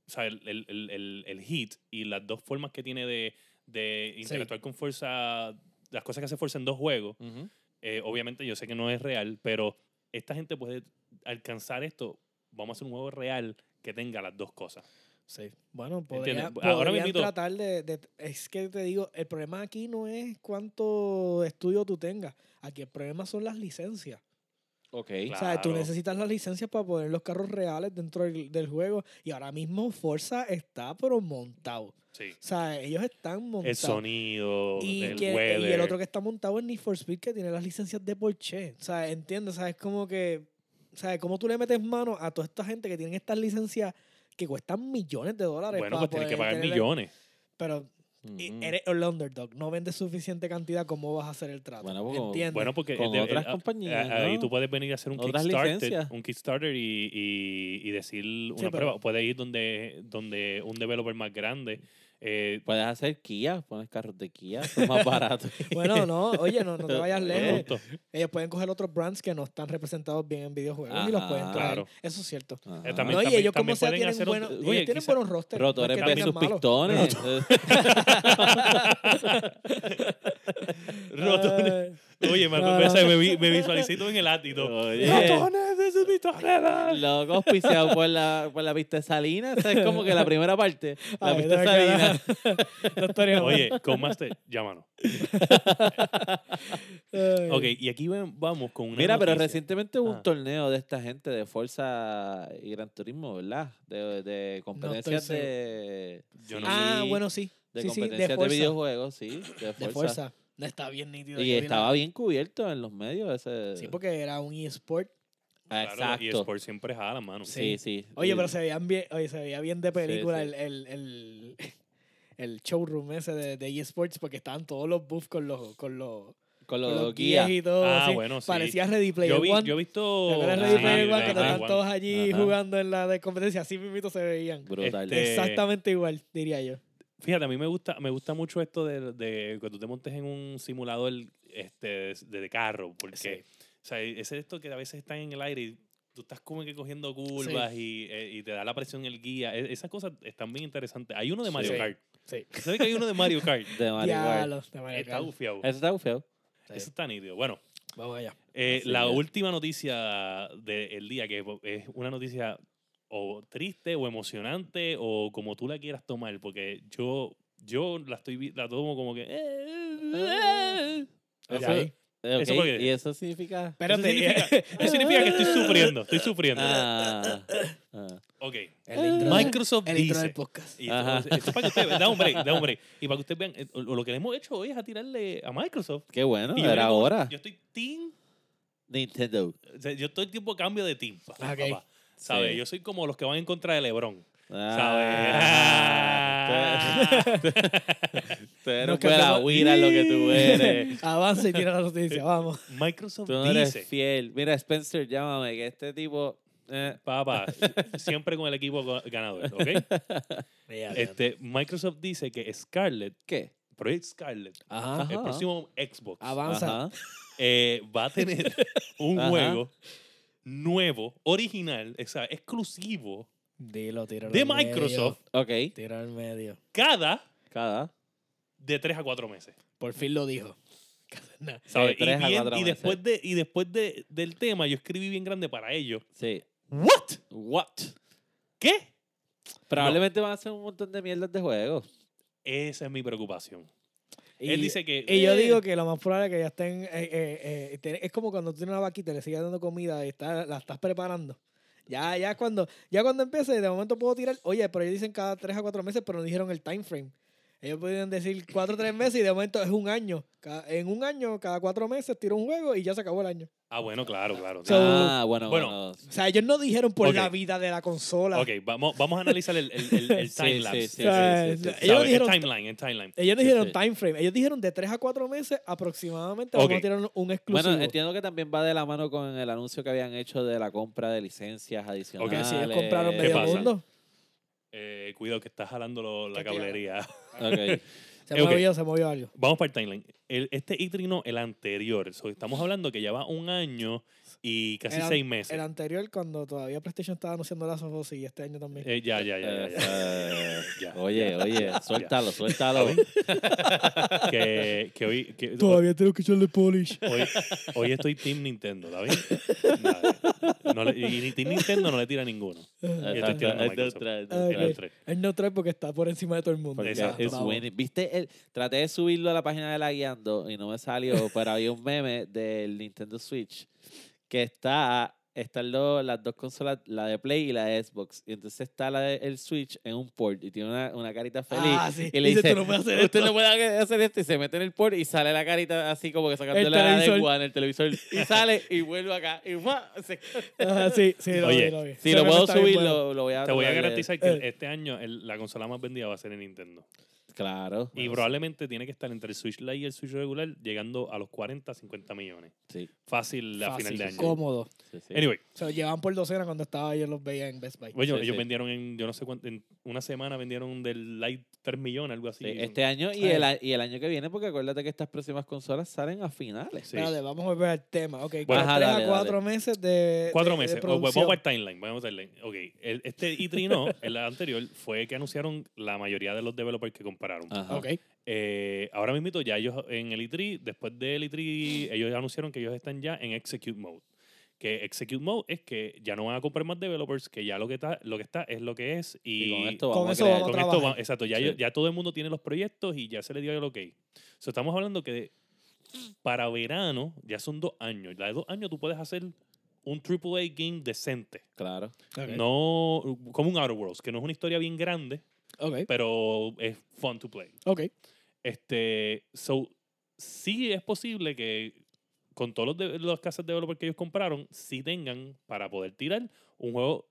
Speaker 3: O sea, el, el, el- el- el hit y las dos formas que tiene de, de
Speaker 2: Sí.
Speaker 3: interactuar con fuerza. Las cosas que hace fuerza en dos juegos.
Speaker 1: Ujú.
Speaker 3: eh, obviamente, yo sé que no es real, pero esta gente puede alcanzar esto. Vamos a hacer un juego real que tenga las dos cosas.
Speaker 2: Sí. Bueno,
Speaker 3: Entiende.
Speaker 2: podría,
Speaker 3: Ahora
Speaker 2: podrían
Speaker 3: mismito-
Speaker 2: tratar de, de- Es que te digo, el problema aquí no es cuánto estudio tú tengas. Aquí el problema son las licencias.
Speaker 1: Ok.
Speaker 3: Claro.
Speaker 2: O sea, tú necesitas las licencias para poner los carros reales dentro del, del juego. Y ahora mismo Forza está pero montado. O
Speaker 3: Sí.
Speaker 2: sea, ellos están montados.
Speaker 3: El sonido,
Speaker 2: y,
Speaker 3: el
Speaker 2: que-
Speaker 3: weather.
Speaker 2: y el otro que está montado es Need for Speed, que tiene las licencias de Porsche. O sea, entiendes, o sea, es como que. O sea, ¿cómo tú le metes mano a toda esta gente que tienen estas licencias que cuestan millones de dólares?
Speaker 3: bueno,
Speaker 2: para
Speaker 3: pues tienes que
Speaker 2: poder
Speaker 3: pagar
Speaker 2: tener-
Speaker 3: millones. Mm.
Speaker 2: Pero y
Speaker 1: Ujú.
Speaker 2: eres el underdog, no vendes suficiente cantidad, ¿cómo vas a hacer el trato?
Speaker 1: Bueno, pues, como-
Speaker 2: ¿Entiendes?
Speaker 3: Bueno, porque
Speaker 1: Con
Speaker 3: de- el-
Speaker 1: otras
Speaker 3: a-
Speaker 1: compañías,
Speaker 3: a- Ahí
Speaker 1: ¿no?
Speaker 3: tú puedes venir a hacer un
Speaker 1: Otras
Speaker 3: Kickstarter,
Speaker 1: licencias.
Speaker 3: un Kickstarter y, y, y decir una
Speaker 2: pero-
Speaker 3: prueba. Puedes ir donde, donde un developer más grande. eh,
Speaker 1: Puedes hacer Kia, pones carros de Kia, son más baratos.
Speaker 2: Bueno, no, oye, no, no te vayas lejos.
Speaker 3: producto.
Speaker 2: Ellos pueden coger otros brands que no están representados bien en videojuegos y los
Speaker 1: Ajá.
Speaker 2: pueden traer.
Speaker 3: Claro.
Speaker 2: Eso es cierto.
Speaker 1: Ajá.
Speaker 3: Eh, también-
Speaker 2: no, y ellos como
Speaker 3: también
Speaker 2: sea
Speaker 3: pueden
Speaker 2: tienen
Speaker 3: hacer un-
Speaker 2: buenos,
Speaker 3: oye,
Speaker 2: ellos tienen
Speaker 3: quizá-
Speaker 2: buenos rosters. no es que
Speaker 1: Rotores
Speaker 2: tengan
Speaker 1: versus
Speaker 2: malos.
Speaker 1: pistones.
Speaker 3: Rotones.
Speaker 1: Ah,
Speaker 2: Ay.
Speaker 3: Oye, me,
Speaker 2: No,
Speaker 3: me-
Speaker 2: no.
Speaker 3: me vi- me visualicito en el ático.
Speaker 1: Oye,
Speaker 3: Rotones de sus pistoleras.
Speaker 1: loco auspiciado por la, por la pista de Salinas. esa Es como que la primera parte. La
Speaker 2: Ay,
Speaker 1: pista de
Speaker 2: no, que-
Speaker 1: Salinas.
Speaker 2: no estaría mal.
Speaker 3: Oye, con Master, llámanos.
Speaker 2: Ay.
Speaker 3: Ok, y aquí ven- vamos con una
Speaker 1: Mira, pero
Speaker 3: noticia.
Speaker 1: recientemente hubo un
Speaker 3: Ah.
Speaker 1: torneo de esta gente de Forza y Gran Turismo, ¿verdad? De, de competencias
Speaker 2: seguro.
Speaker 1: de.
Speaker 3: Yo no
Speaker 2: Ah,
Speaker 1: sí,
Speaker 2: bueno, sí.
Speaker 1: De
Speaker 2: sí, sí,
Speaker 1: competencias de,
Speaker 2: Forza.
Speaker 1: videojuegos, sí. De
Speaker 2: De
Speaker 1: Forza.
Speaker 2: fuerza. Está bien nítido.
Speaker 1: Y
Speaker 2: yo vi la-
Speaker 1: estaba bien cubierto en los medios. Ese...
Speaker 2: Sí, porque era un eSport.
Speaker 1: Ah,
Speaker 3: Claro,
Speaker 1: Exacto.
Speaker 3: Y Sport siempre jala, mano.
Speaker 1: Sí, sí.
Speaker 2: Oye,
Speaker 1: Y-
Speaker 2: pero se, veían bien, oye, se veía bien de película
Speaker 1: sí.
Speaker 2: El, el, el, el showroom ese de, de eSports porque estaban todos los buffs con los, con los,
Speaker 1: Con
Speaker 2: con
Speaker 1: los,
Speaker 2: los
Speaker 1: guías.
Speaker 2: guías y todo.
Speaker 3: Ah,
Speaker 2: así.
Speaker 3: bueno, sí.
Speaker 2: Parecía Ready Player
Speaker 3: Yo, vi-
Speaker 2: One.
Speaker 3: yo he
Speaker 2: ¿Te
Speaker 3: visto.
Speaker 2: acuerdas de
Speaker 1: Ah,
Speaker 2: Ready
Speaker 1: sí,
Speaker 2: Player One?
Speaker 1: Ready
Speaker 2: Que no
Speaker 1: Player
Speaker 2: están
Speaker 1: One.
Speaker 2: todos allí
Speaker 1: Ajá.
Speaker 2: jugando en la de competencia. Así mismito se veían.
Speaker 1: Brutal.
Speaker 3: Este-
Speaker 2: Exactamente igual, diría yo.
Speaker 3: Fíjate, a mí me gusta, me gusta mucho esto de, de que tú te montes en un simulador este, de, de carro, porque
Speaker 2: Sí.
Speaker 3: o sea, e-, es esto que a veces están en el aire y tú estás como que cogiendo curvas y, eh, y te da la presión el guía. E- esas cosas están bien interesantes. Hay uno de Mario
Speaker 2: Sí.
Speaker 3: Kart.
Speaker 2: Sí.
Speaker 3: ¿Sabes que hay uno de Mario Kart?
Speaker 1: de Mario Kart.
Speaker 2: Diablo, de Mario
Speaker 3: está
Speaker 2: Kart.
Speaker 3: bufiado.
Speaker 1: Eso está feo.
Speaker 2: Sí.
Speaker 3: Eso está nítido. Bueno,
Speaker 2: Vamos allá.
Speaker 3: eh,
Speaker 1: Así
Speaker 3: la
Speaker 1: es.
Speaker 3: última noticia del día, que es una noticia o triste o emocionante o como tú la quieras tomar, porque yo, yo la estoy vi- la tomo como que... eh,
Speaker 1: Eso,
Speaker 3: Ya.
Speaker 1: eh, ok,
Speaker 3: ¿Eso por qué?
Speaker 1: y eso significa...
Speaker 2: Espérate.
Speaker 3: significa-
Speaker 1: eh.
Speaker 3: Eso significa que estoy sufriendo, estoy sufriendo.
Speaker 1: Ah, ah.
Speaker 3: Ok,
Speaker 2: El intro,
Speaker 3: Microsoft
Speaker 2: el intro
Speaker 3: dice...
Speaker 2: del podcast.
Speaker 3: Y
Speaker 1: Ajá.
Speaker 3: esto, esto es para que ustedes, da un break, da un break. Y para que ustedes vean, eh, lo lo que le hemos hecho hoy es a tirarle a Microsoft.
Speaker 1: Qué bueno,
Speaker 3: Y yo
Speaker 1: era
Speaker 3: le-
Speaker 1: ahora.
Speaker 3: Yo estoy team,
Speaker 1: Nintendo.
Speaker 3: o sea, yo todo el tiempo cambio de team. pa-
Speaker 2: Ok.
Speaker 3: papá. ¿Sabes?
Speaker 1: Sí.
Speaker 3: Yo soy como los que van en contra de Lebron.
Speaker 1: Ah, tú-
Speaker 3: ¿Sabes?
Speaker 1: Tú eres
Speaker 2: Nos
Speaker 1: un buena
Speaker 2: cambiamos-
Speaker 1: huira lo que tú eres.
Speaker 2: Avanza y tira la noticia, vamos.
Speaker 3: Microsoft
Speaker 1: Tú no eres
Speaker 3: dice,
Speaker 1: fiel. Mira, Spencer, llámame, que este tipo... eh,
Speaker 3: papá, siempre con el equipo go- ganador, ¿ok? Este, Microsoft dice que Scarlett,
Speaker 1: ¿Qué?
Speaker 3: Project Scarlett,
Speaker 2: Ajá.
Speaker 1: Ajá. Ah,
Speaker 3: el próximo Xbox,
Speaker 2: Avanza.
Speaker 1: Ajá.
Speaker 3: eh, va a tener un
Speaker 1: Ajá.
Speaker 3: juego nuevo, original, o sea, exclusivo
Speaker 2: Dilo, tira
Speaker 3: de Microsoft
Speaker 1: Ok,
Speaker 2: Tira al medio.
Speaker 3: cada
Speaker 1: cada.
Speaker 3: de 3 a 4 meses.
Speaker 2: Por fin lo dijo. Nah.
Speaker 3: ¿sabes? Y,
Speaker 1: tres a
Speaker 3: bien-
Speaker 1: cuatro
Speaker 3: y
Speaker 1: meses.
Speaker 3: después, de, y después de- del tema, yo escribí bien grande para ellos.
Speaker 1: Sí.
Speaker 3: ¿What?
Speaker 1: What?
Speaker 3: ¿Qué?
Speaker 1: Probablemente van a hacer un montón de mierdas de juegos.
Speaker 3: Esa es mi preocupación.
Speaker 2: Y,
Speaker 3: Él dice que.
Speaker 2: y yo
Speaker 3: eh,
Speaker 2: digo que lo más probable es que ya estén. eh, eh, eh, te- es como cuando tú tienes una vaquita y le sigues dando comida y está, la estás preparando. Ya, ya cuando, ya cuando empiece, de momento puedo tirar. Oye, pero ellos dicen cada 3 a 4 meses, pero no dijeron el time frame. Ellos podrían decir 4 o 3 meses y de momento es un año. Ca- en un año, cada 4 meses tiro un juego y ya se acabó el año.
Speaker 3: Ah, bueno, claro, claro.
Speaker 2: So-
Speaker 1: ah, bueno,
Speaker 3: bueno,
Speaker 1: bueno.
Speaker 2: O sea, ellos no dijeron por
Speaker 3: Ok.
Speaker 2: la vida de la consola.
Speaker 3: ok, vamos, vamos a analizar el, el, el, el
Speaker 1: Sí,
Speaker 3: timelapse.
Speaker 1: sí, sí, sí,
Speaker 2: sea,
Speaker 1: sí, sí, sí.
Speaker 2: ellos
Speaker 3: ¿Sabes?
Speaker 2: dijeron-
Speaker 3: El timeline, el timeline.
Speaker 2: Ellos no
Speaker 1: Sí,
Speaker 2: dijeron
Speaker 1: sí.
Speaker 2: time frame, ellos dijeron de 3 a 4 meses aproximadamente
Speaker 3: Ok.
Speaker 2: vamos a tirar un exclusivo.
Speaker 1: Bueno, entiendo que también va de la mano con el anuncio que habían hecho de la compra de licencias adicionales.
Speaker 2: Porque si ellos compraron
Speaker 3: ¿Qué
Speaker 2: medio
Speaker 3: pasa?
Speaker 2: mundo,
Speaker 3: Eh, cuidado que estás jalando lo- la
Speaker 2: ¿Qué te iba a-
Speaker 3: cablería.
Speaker 1: Ok.
Speaker 2: se
Speaker 3: Eh, ok.
Speaker 2: movió, se movió algo.
Speaker 3: Vamos para el timeline. El- este E3 no, el anterior. So, estamos hablando que ya va un año y casi
Speaker 2: El an-
Speaker 3: seis meses.
Speaker 2: El anterior, cuando todavía PlayStation estaba anunciando las ojos y este año también.
Speaker 3: Eh, ya, ya, ya, ya, ya.
Speaker 1: Eh,
Speaker 3: Ya,
Speaker 1: Oye, oye, suéltalo, suéltalo.
Speaker 3: que, que hoy,
Speaker 1: Eh,
Speaker 3: que-
Speaker 2: todavía tengo que echarle polish.
Speaker 3: hoy, hoy estoy Team Nintendo, ¿la ves? Dale. No le- y ni Team Nintendo no le tira a ninguno.
Speaker 1: Eh,
Speaker 3: estoy tirando Microsoft. Tira el
Speaker 2: Ok.
Speaker 3: tres.
Speaker 2: Él no trae porque está por encima de todo el mundo.
Speaker 1: Porque
Speaker 3: Exacto.
Speaker 1: es
Speaker 2: Bravo.
Speaker 1: winning. Viste, el- traté de subirlo a la página de la guiando y no me salió, pero había un meme del Nintendo Switch que está, están lo- las dos consolas, la de Play y la de Xbox. Y entonces está la de- el Switch en un port y tiene una, una carita feliz.
Speaker 2: Ah, sí.
Speaker 1: Y le dice,
Speaker 2: tú no puedes hacer esto.
Speaker 1: Usted no puede hacer esto y se mete en el port y sale la carita así como que sacándole
Speaker 2: El
Speaker 1: la
Speaker 2: televisor.
Speaker 1: lengua en el televisor. Y sale y vuelve acá. Y ¡mua! Se-
Speaker 2: Ajá, Ah, sí, sí, lo
Speaker 3: Oye,
Speaker 2: vi, lo vi.
Speaker 1: si
Speaker 2: Ese
Speaker 1: lo
Speaker 2: meme
Speaker 1: puedo
Speaker 2: está bien
Speaker 1: subir,
Speaker 2: bueno.
Speaker 1: lo, lo voy a...
Speaker 3: Te voy a
Speaker 1: tratar de-
Speaker 3: garantizar que
Speaker 2: Eh.
Speaker 3: este año el- la consola más vendida va a ser el Nintendo.
Speaker 1: Claro. Ah,
Speaker 3: Y probablemente tiene que estar entre el Switch Lite y el Switch regular, llegando a los 40, 50 millones.
Speaker 1: Sí,
Speaker 3: Fácil a
Speaker 2: Fácil,
Speaker 3: final de año.
Speaker 2: Cómodo.
Speaker 1: sí, sí.
Speaker 3: Anyway,
Speaker 2: Se lo llevaban por docena cuando estaba yo los veía en Best Buy.
Speaker 3: bueno,
Speaker 1: Sí,
Speaker 3: ellos
Speaker 1: sí.
Speaker 3: vendieron en, yo no sé cuánto, en una semana vendieron del Lite 3 millones, algo así.
Speaker 1: Sí, este año y
Speaker 2: Ay.
Speaker 1: el, a- y el año que viene, porque acuérdate que estas próximas consolas salen a finales.
Speaker 3: Sí.
Speaker 2: Espérate, vamos a volver al tema. Ok,
Speaker 3: Bueno,
Speaker 1: ajá,
Speaker 2: 3
Speaker 1: dale,
Speaker 2: a 4 meses de.
Speaker 3: Cuatro
Speaker 2: de- de
Speaker 3: meses. O- pues, vamos
Speaker 2: producción.
Speaker 3: al timeline. Vamos al timeline. Ok. el- este E3 no, el anterior, fue que anunciaron la mayoría de los developers que compraron.
Speaker 1: Ajá.
Speaker 2: Ok.
Speaker 3: Eh, ahora mismo ya ellos en el E3, después del E3, ellos anunciaron que ellos están ya en Execute Mode. Que Execute Mode es que ya no van a comprar más developers, que ya lo que está, lo que está es lo que es. Y,
Speaker 1: Y con esto
Speaker 2: Con
Speaker 1: vamos
Speaker 2: eso
Speaker 1: a crear.
Speaker 2: vamos
Speaker 3: con
Speaker 2: a
Speaker 3: esto
Speaker 2: trabajar.
Speaker 3: va- exacto, ya,
Speaker 1: Sí.
Speaker 3: ellos- ya todo el mundo tiene los proyectos y ya se le dio el ok. So, estamos hablando que de- para verano ya son dos años. La de dos años tú puedes hacer un AAA game decente.
Speaker 1: Claro.
Speaker 2: Ok.
Speaker 3: No como un Outer Worlds, que no es una historia bien grande,
Speaker 2: Ok.
Speaker 3: pero es fun to play.
Speaker 2: Ok.
Speaker 3: Este, so, sí es posible que con todos los, de, los casas de developer que ellos compraron, sí tengan para poder tirar un juego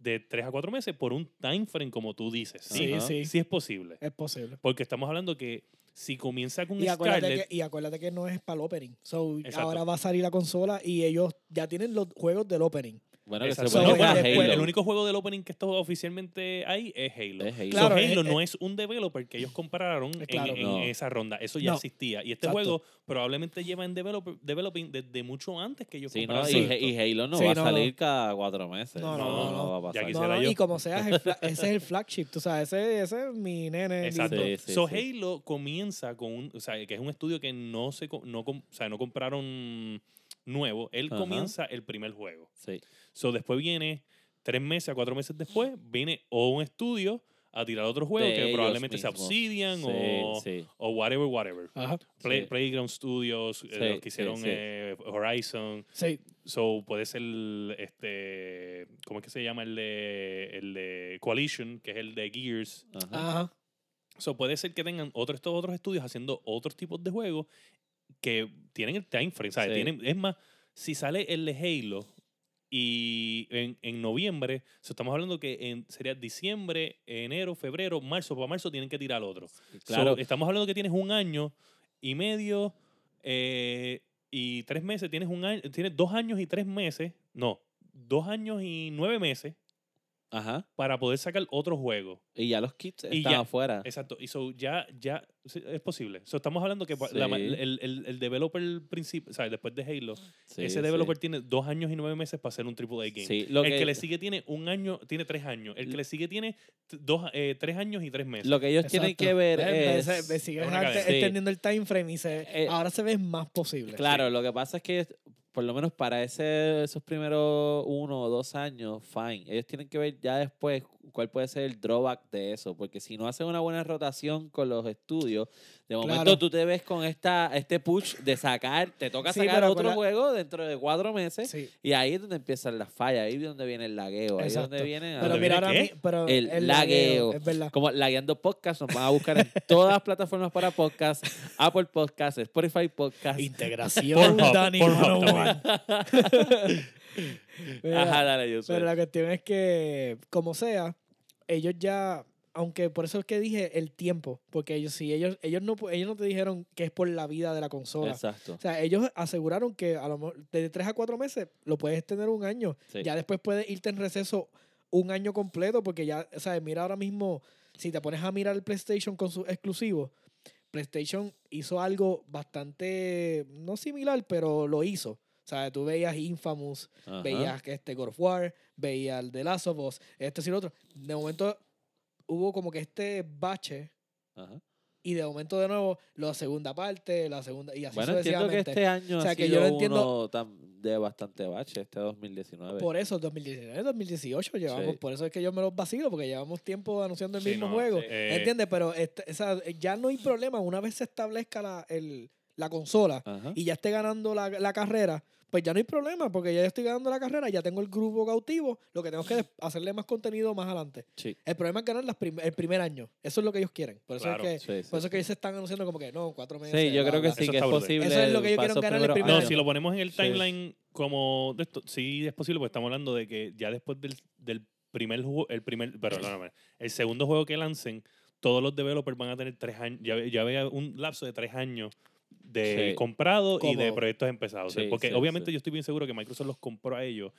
Speaker 3: de tres a cuatro meses por un time frame como tú dices. Sí,
Speaker 2: Sí,
Speaker 1: Ajá.
Speaker 2: sí,
Speaker 3: sí es posible.
Speaker 2: es posible.
Speaker 3: Porque estamos hablando que si comienza con
Speaker 2: Y acuérdate,
Speaker 3: Scarlett,
Speaker 2: que, y acuérdate que no es para el opening. So,
Speaker 3: Exacto.
Speaker 2: ahora va a salir la consola y ellos ya tienen los juegos del opening.
Speaker 1: Bueno, que se
Speaker 3: Exacto.
Speaker 1: bueno,
Speaker 2: puede
Speaker 3: No,
Speaker 2: jugar
Speaker 3: bueno,
Speaker 2: después.
Speaker 1: Halo.
Speaker 3: el único juego del opening que está oficialmente ahí es Halo.
Speaker 1: Es Halo.
Speaker 3: So,
Speaker 2: Claro,
Speaker 3: Halo
Speaker 2: es-
Speaker 3: no es un developer que ellos compraron en-
Speaker 2: claro.
Speaker 3: en,
Speaker 1: No.
Speaker 3: esa ronda. Eso ya
Speaker 2: No.
Speaker 3: existía. Y este
Speaker 2: Exacto.
Speaker 3: juego probablemente lleva en develop- developing desde mucho antes que ellos
Speaker 1: Sí, no,
Speaker 3: compraron.
Speaker 1: y,
Speaker 3: esto.
Speaker 1: y Halo no
Speaker 2: Sí,
Speaker 1: va a
Speaker 2: no,
Speaker 1: salir cada cuatro meses.
Speaker 2: No, no, no, no.
Speaker 1: va a
Speaker 3: Ya
Speaker 1: pasar.
Speaker 3: Y
Speaker 2: No,
Speaker 3: será
Speaker 2: no,
Speaker 3: yo.
Speaker 2: y como sea, es el fla- ese es el flagship, tú sabes, ese, ese es mi nene.
Speaker 3: Exacto.
Speaker 2: lindo.
Speaker 1: Sí, sí,
Speaker 3: so
Speaker 1: sí.
Speaker 3: Halo comienza con un, o sea, que es un estudio que no se co- no, com- o sea, no compraron nuevo. Él
Speaker 1: Ajá.
Speaker 3: comienza el primer juego.
Speaker 1: Sí.
Speaker 3: So después viene tres meses a cuatro meses después viene o un estudio a tirar otro juego
Speaker 1: De
Speaker 3: que
Speaker 1: ellos
Speaker 3: probablemente sea
Speaker 1: mismos.
Speaker 3: Obsidian
Speaker 1: Sí,
Speaker 3: o,
Speaker 1: sí.
Speaker 3: o whatever whatever.
Speaker 2: Ajá.
Speaker 3: Play-
Speaker 1: Sí.
Speaker 3: Playground Studios, eh,
Speaker 1: Sí,
Speaker 3: los
Speaker 1: sí,
Speaker 3: que hicieron
Speaker 1: sí.
Speaker 3: eh, Horizon.
Speaker 2: Sí,
Speaker 3: So puede ser este ¿cómo es que se llama el de el de Coalition, que es el de Gears?
Speaker 1: Ajá.
Speaker 2: ajá.
Speaker 3: So, puede ser que tengan otros estos otros estudios haciendo otros tipos de juegos que tienen el time frame. ¿sabes?
Speaker 1: Sí.
Speaker 3: Tienen, es más, si sale el de Halo y en, en noviembre, so, estamos hablando que en, sería diciembre, enero, febrero, marzo, para marzo tienen que tirar otro. So,
Speaker 1: Claro.
Speaker 3: estamos hablando que tienes un año y medio eh, y tres meses, tienes, un año, tienes dos años y tres meses, no, dos años y nueve meses
Speaker 1: Ajá.
Speaker 3: para poder sacar otro juego.
Speaker 1: Y ya los kits
Speaker 3: Y
Speaker 1: están
Speaker 3: ya.
Speaker 1: afuera.
Speaker 3: Exacto, y so ya, ya sí, es posible. So, estamos hablando que pa- la ma-
Speaker 1: Sí.
Speaker 3: el, el, el developer principal, o sea, después de Halo,
Speaker 1: Sí,
Speaker 3: ese developer tiene dos años y nueve meses para hacer un AAA
Speaker 1: sí.
Speaker 3: game.
Speaker 1: Sí, lo
Speaker 3: el
Speaker 1: que,
Speaker 3: que le sigue tiene un año, tiene tres años. El que le sigue tiene t- dos, eh, tres años y tres meses.
Speaker 1: lo que ellos tienen
Speaker 2: Exacto.
Speaker 1: que ver
Speaker 2: Ve- ve-
Speaker 1: es...
Speaker 2: se- ve- sigues
Speaker 3: es una cadena.
Speaker 2: arte-
Speaker 1: Sí.
Speaker 2: extendiendo el time frame y se,
Speaker 1: Eh,
Speaker 2: ahora se ve más posible.
Speaker 1: Claro, lo que pasa es que, por lo menos para ese, esos primeros uno o dos años, fine. Ellos tienen que ver ya después cuál puede ser el drawback de eso, porque si no hacen una buena rotación con los estudios, de momento
Speaker 2: Claro.
Speaker 1: tú te ves con esta, este push de sacar, te toca
Speaker 2: Sí,
Speaker 1: sacar
Speaker 2: pero
Speaker 1: otro
Speaker 2: acuerda-
Speaker 1: juego dentro de cuatro meses,
Speaker 2: Sí.
Speaker 1: y ahí es donde empiezan las fallas, ahí es donde viene el lagueo, ahí es donde
Speaker 2: Exacto.
Speaker 1: vienen...
Speaker 2: Pero
Speaker 3: ¿Dónde
Speaker 2: mira,
Speaker 3: viene
Speaker 2: ahora
Speaker 3: qué?
Speaker 2: mi- pero
Speaker 1: El lagueo.
Speaker 2: Es verdad.
Speaker 1: Como lagueando podcast, nos van a buscar en todas las plataformas para podcast, Apple Podcast, Spotify Podcast.
Speaker 2: Integración,
Speaker 3: Pornhub,
Speaker 2: Dani.
Speaker 3: Pornhub
Speaker 2: mano,
Speaker 3: también.
Speaker 1: Ajá,
Speaker 2: mira,
Speaker 1: dale, yo
Speaker 2: pero la cuestión es que, como sea, ellos ya, aunque por eso es que dije el tiempo, porque ellos si ellos ellos no pu- ellos no te dijeron que es por la vida de la consola.
Speaker 1: Exacto.
Speaker 2: O sea, ellos aseguraron que a lo mejor de 3 a 4 meses lo puedes tener un año.
Speaker 1: Sí.
Speaker 2: Ya después puedes irte en receso un año completo porque ya, o sea, mira ahora mismo, si te pones a mirar el PlayStation con sus exclusivos, PlayStation hizo algo bastante, no similar, pero lo hizo. O sea, tú veías Infamous,
Speaker 1: Ajá.
Speaker 2: veías que este God of War, veías el The Last of Us, esto y lo otro. De momento hubo como que este bache
Speaker 1: Ajá.
Speaker 2: y de momento de nuevo la segunda parte, la segunda y así
Speaker 1: Bueno, entiendo que
Speaker 2: sucesivamente.
Speaker 1: este año
Speaker 2: O sea,
Speaker 1: ha
Speaker 2: que
Speaker 1: sido
Speaker 2: yo lo entiendo-
Speaker 1: uno tan- de bastante bache, este 2019.
Speaker 2: Por eso, 2019, 2018 llevamos.
Speaker 1: Sí.
Speaker 2: Por eso es que yo me los vacilo, porque llevamos tiempo anunciando el
Speaker 3: Sí,
Speaker 2: mismo
Speaker 3: no,
Speaker 2: juego.
Speaker 3: eh,
Speaker 2: ¿Entiendes? Pero este- o sea, ya no hay problema. Una vez se establezca la, el- la consola
Speaker 1: Ajá.
Speaker 2: y ya esté ganando la, la carrera, pues ya no hay problema, porque ya estoy ganando la carrera, ya tengo el grupo cautivo. Lo que tengo es que des- hacerle más contenido más adelante.
Speaker 1: Sí,
Speaker 2: El problema es ganar las prim- el primer año. Eso es lo que ellos quieren. Por eso,
Speaker 3: Claro.
Speaker 2: es, que,
Speaker 1: sí, sí.
Speaker 2: por eso es que ellos se están anunciando como que no, cuatro meses.
Speaker 1: Sí, yo
Speaker 2: bla,
Speaker 1: creo que
Speaker 2: bla.
Speaker 1: sí,
Speaker 3: Eso
Speaker 1: que es
Speaker 3: está brutal.
Speaker 1: posible.
Speaker 2: Eso es lo que yo quiero
Speaker 1: pasos
Speaker 2: ganar el
Speaker 1: primeros
Speaker 2: primer
Speaker 3: No,
Speaker 1: años.
Speaker 3: si lo ponemos en el
Speaker 1: Sí.
Speaker 3: timeline como de esto, sí es posible, porque estamos hablando de que ya después del, del primer juego, el primer, perdóname, el segundo juego que lancen, todos los developers van a tener tres años, ya, ve- ya había un lapso de tres años de
Speaker 1: Sí.
Speaker 3: comprado y de
Speaker 2: Cómodo.
Speaker 3: proyectos empezados.
Speaker 1: Sí,
Speaker 3: porque
Speaker 1: sí,
Speaker 3: obviamente
Speaker 1: sí.
Speaker 3: yo estoy bien seguro que Microsoft los compró a ellos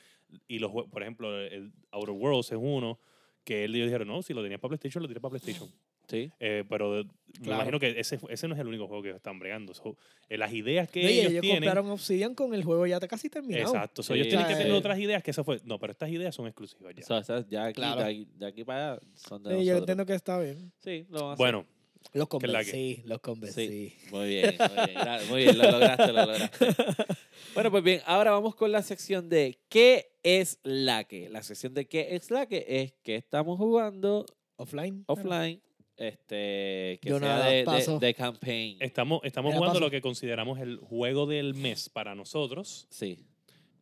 Speaker 3: y los jue- por ejemplo, el Outer Worlds es uno que ellos dijeron, no, si lo tenías para PlayStation, lo tiré para PlayStation.
Speaker 1: Sí.
Speaker 3: Eh, pero de- me
Speaker 2: Claro.
Speaker 3: imagino que ese, ese no es el único juego que ellos están bregando. So, eh, las ideas que
Speaker 2: No, y
Speaker 3: ellos,
Speaker 2: ellos,
Speaker 3: tienen...
Speaker 2: compraron Obsidian con el juego ya te- casi terminado.
Speaker 3: Exacto. so
Speaker 1: Sí,
Speaker 3: ellos tienen que
Speaker 2: sí.
Speaker 3: tener otras ideas que eso fue. No, pero estas ideas son exclusivas ya.
Speaker 1: O sea, esas ya aquí,
Speaker 2: Claro.
Speaker 1: de, aquí, de aquí para allá son de
Speaker 2: Sí, yo
Speaker 1: nosotros.
Speaker 2: entiendo que está bien.
Speaker 1: Sí, lo van a hacer.
Speaker 3: bueno,
Speaker 2: Los
Speaker 3: Que la que-
Speaker 2: convencí, los
Speaker 1: Pues
Speaker 2: convencí.
Speaker 1: Muy bien, muy bien, gra- muy bien, lo lograste, lo lograste. Bueno, pues bien, ahora vamos con la sección de ¿Qué es la que? La sección de ¿Qué es la que? Es que estamos jugando
Speaker 2: Offline.
Speaker 1: offline, este, que
Speaker 2: Yo
Speaker 1: sea
Speaker 2: nada,
Speaker 1: de, de,
Speaker 2: paso.
Speaker 1: de campaign.
Speaker 3: estamos, estamos
Speaker 2: Mira,
Speaker 3: jugando
Speaker 2: paso.
Speaker 3: lo que consideramos el juego del mes para nosotros.
Speaker 1: Sí,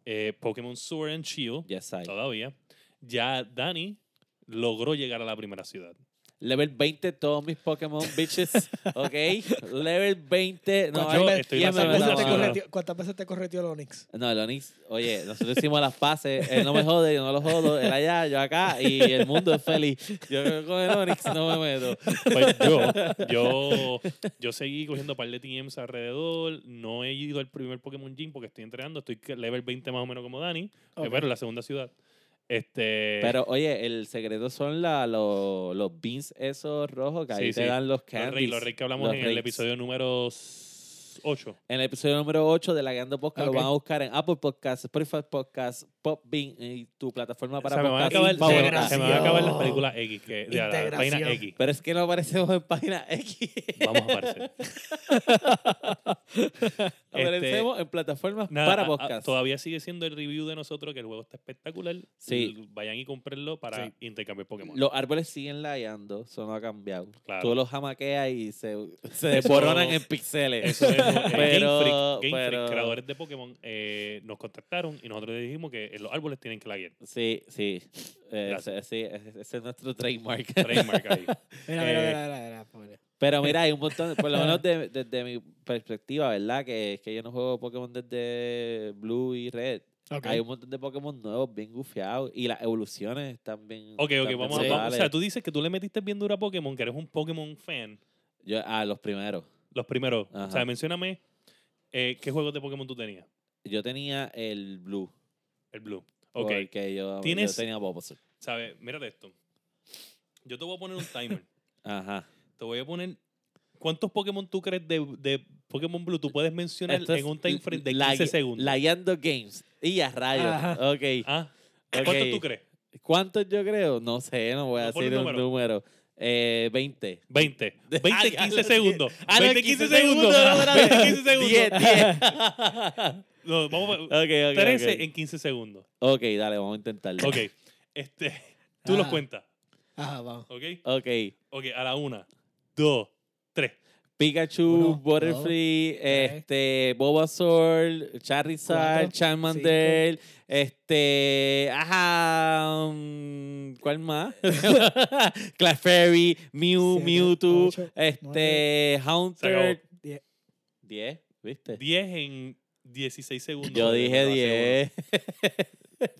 Speaker 3: eh, Pokémon Sword and Shield,
Speaker 1: yes I.
Speaker 3: todavía. Ya Dani logró llegar a la primera ciudad.
Speaker 1: Level 20 todos mis Pokémon, bitches. ¿Ok? Level 20. No,
Speaker 2: ¿Cuántas
Speaker 1: hay-
Speaker 2: veces-
Speaker 3: estoy
Speaker 1: ¿quién me
Speaker 3: pasando
Speaker 1: va a
Speaker 2: ¿Cuántas veces te
Speaker 3: la
Speaker 1: dar?
Speaker 3: mano.
Speaker 2: corretió- ¿Cuántas veces te corretió el Onix?
Speaker 1: No, el Onix, oye, nosotros hicimos las pases, él no me jode, yo no lo jodo, él allá, yo acá, y el mundo es feliz. Yo con el Onix no me meto.
Speaker 3: Pues yo, yo, yo seguí cogiendo un par de TMs alrededor. No he ido al primer Pokémon Gym porque estoy entrenando. Estoy que- level 20 más o menos como Dani.
Speaker 2: Ok.
Speaker 3: Pero en la segunda ciudad. Este,
Speaker 1: Pero oye, el secreto son la, los, los beans esos rojos que ahí
Speaker 3: Sí,
Speaker 1: te
Speaker 3: sí.
Speaker 1: dan los
Speaker 3: los
Speaker 1: candies.
Speaker 3: rey, los rey que hablamos
Speaker 1: los
Speaker 3: en el
Speaker 1: rakes.
Speaker 3: episodio número 8.
Speaker 1: En el episodio número 8 de La Gando Podcast
Speaker 2: Ok.
Speaker 1: lo van a buscar en Apple Podcasts, Spotify Podcasts, Popbean y tu plataforma para
Speaker 3: se, me van a
Speaker 1: podcasts
Speaker 3: acabar, se me-
Speaker 1: favorita.
Speaker 3: se me van a acabar las
Speaker 2: Integración.
Speaker 3: películas X, que, de la- la, página
Speaker 2: Integración.
Speaker 3: X.
Speaker 1: Pero es que no aparecemos en página X.
Speaker 3: Vamos a aparecer.
Speaker 1: aparecemos en plataformas
Speaker 3: este, Nada, a-
Speaker 1: para
Speaker 3: a-
Speaker 1: podcasts.
Speaker 3: todavía sigue siendo el review de nosotros, que el juego está espectacular.
Speaker 1: Sí.
Speaker 3: L- Vayan y comprenlo para
Speaker 2: Sí.
Speaker 3: intercambiar Pokémon.
Speaker 1: Los árboles siguen ladeando, eso no ha cambiado.
Speaker 3: Claro.
Speaker 1: Tú los jamaqueas y se, se
Speaker 3: Eso-
Speaker 1: desborronan en píxeles.
Speaker 3: Eso es, eh,
Speaker 1: Pero-
Speaker 3: Game Freak, Game Freak,
Speaker 1: pero-
Speaker 3: creadores de Pokémon, eh, nos contactaron y nosotros les dijimos que eh, los árboles tienen que laguear.
Speaker 1: Sí, sí. Eh,
Speaker 3: Gracias.
Speaker 1: sí, ese ese es nuestro trademark.
Speaker 3: Trademark ahí.
Speaker 2: Mira, mira, mira, mira, mira, pobre.
Speaker 1: Pero mira, hay un montón, por lo menos de- desde mi perspectiva, ¿verdad? Que es que yo no juego Pokémon desde Blue y Red.
Speaker 2: Ok.
Speaker 1: Hay un montón de Pokémon nuevos, bien gufiados, y las evoluciones están bien.
Speaker 3: Ok,
Speaker 1: están
Speaker 3: ok,
Speaker 1: bien
Speaker 3: vamos a...
Speaker 2: Sí.
Speaker 3: vamos- o sea,
Speaker 1: brutales.
Speaker 3: tú dices que tú le metiste bien dura a Pokémon, que eres un Pokémon fan.
Speaker 1: Yo, ah, los primeros.
Speaker 3: Los primeros. O sea,
Speaker 1: Ajá.
Speaker 3: mencióname eh, qué juegos de Pokémon tú tenías.
Speaker 1: Yo tenía el Blue.
Speaker 3: El Blue. Ok,
Speaker 1: Porque yo,
Speaker 3: Tienes-
Speaker 1: yo tenía Bulbasaur.
Speaker 3: ¿sabes? Mírate esto. Yo te voy a poner un timer.
Speaker 1: Ajá.
Speaker 3: Te voy a poner. ¿Cuántos Pokémon tú crees de, de Pokémon Blue tú puedes mencionar
Speaker 1: Esto
Speaker 3: en
Speaker 1: es
Speaker 3: un time frame de 15
Speaker 1: la-
Speaker 3: segundos?
Speaker 1: Layando Games. Y a rayos.
Speaker 2: Ajá.
Speaker 1: Ok.
Speaker 3: Ah,
Speaker 1: Ok.
Speaker 3: ¿Cuántos tú crees?
Speaker 1: ¿Cuántos yo creo? No sé, no voy a
Speaker 3: No, pon un
Speaker 1: decir un
Speaker 3: número.
Speaker 1: número. Eh, 20.
Speaker 3: 20. 20,
Speaker 1: Ay,
Speaker 3: 15
Speaker 1: ah,
Speaker 3: segundos.
Speaker 1: Ah, no,
Speaker 3: 20, 15 segundos.
Speaker 1: no, espérate.
Speaker 3: 20, 15 segundos.
Speaker 1: 10, 10.
Speaker 3: No, vamos a-
Speaker 1: Ok, ok,
Speaker 3: 13
Speaker 1: ok.
Speaker 3: en 15 segundos.
Speaker 1: Ok, dale, vamos a intentarlo.
Speaker 3: Ok. Este, tú los
Speaker 2: Ah.
Speaker 3: cuentas.
Speaker 2: Ajá, vamos.
Speaker 3: ¿Ok?
Speaker 1: Ok.
Speaker 3: Ok, a la 1, 2, 3.
Speaker 1: Pikachu,
Speaker 2: Uno,
Speaker 1: Butterfree,
Speaker 2: tres.
Speaker 1: este, Bulbasaur, Charizard,
Speaker 2: Cuatro,
Speaker 1: Charmander, este, ajá, mm, ¿cuál más? Clefairy, Mew,
Speaker 2: Siete,
Speaker 1: Mewtwo,
Speaker 2: ocho,
Speaker 1: este,
Speaker 3: Se acabó.
Speaker 1: Haunter,
Speaker 2: Diez.
Speaker 1: 10, ¿viste?
Speaker 3: 10 en 16 segundos.
Speaker 1: Yo
Speaker 3: de
Speaker 1: dije
Speaker 3: verdad,
Speaker 1: 10.
Speaker 3: seguro,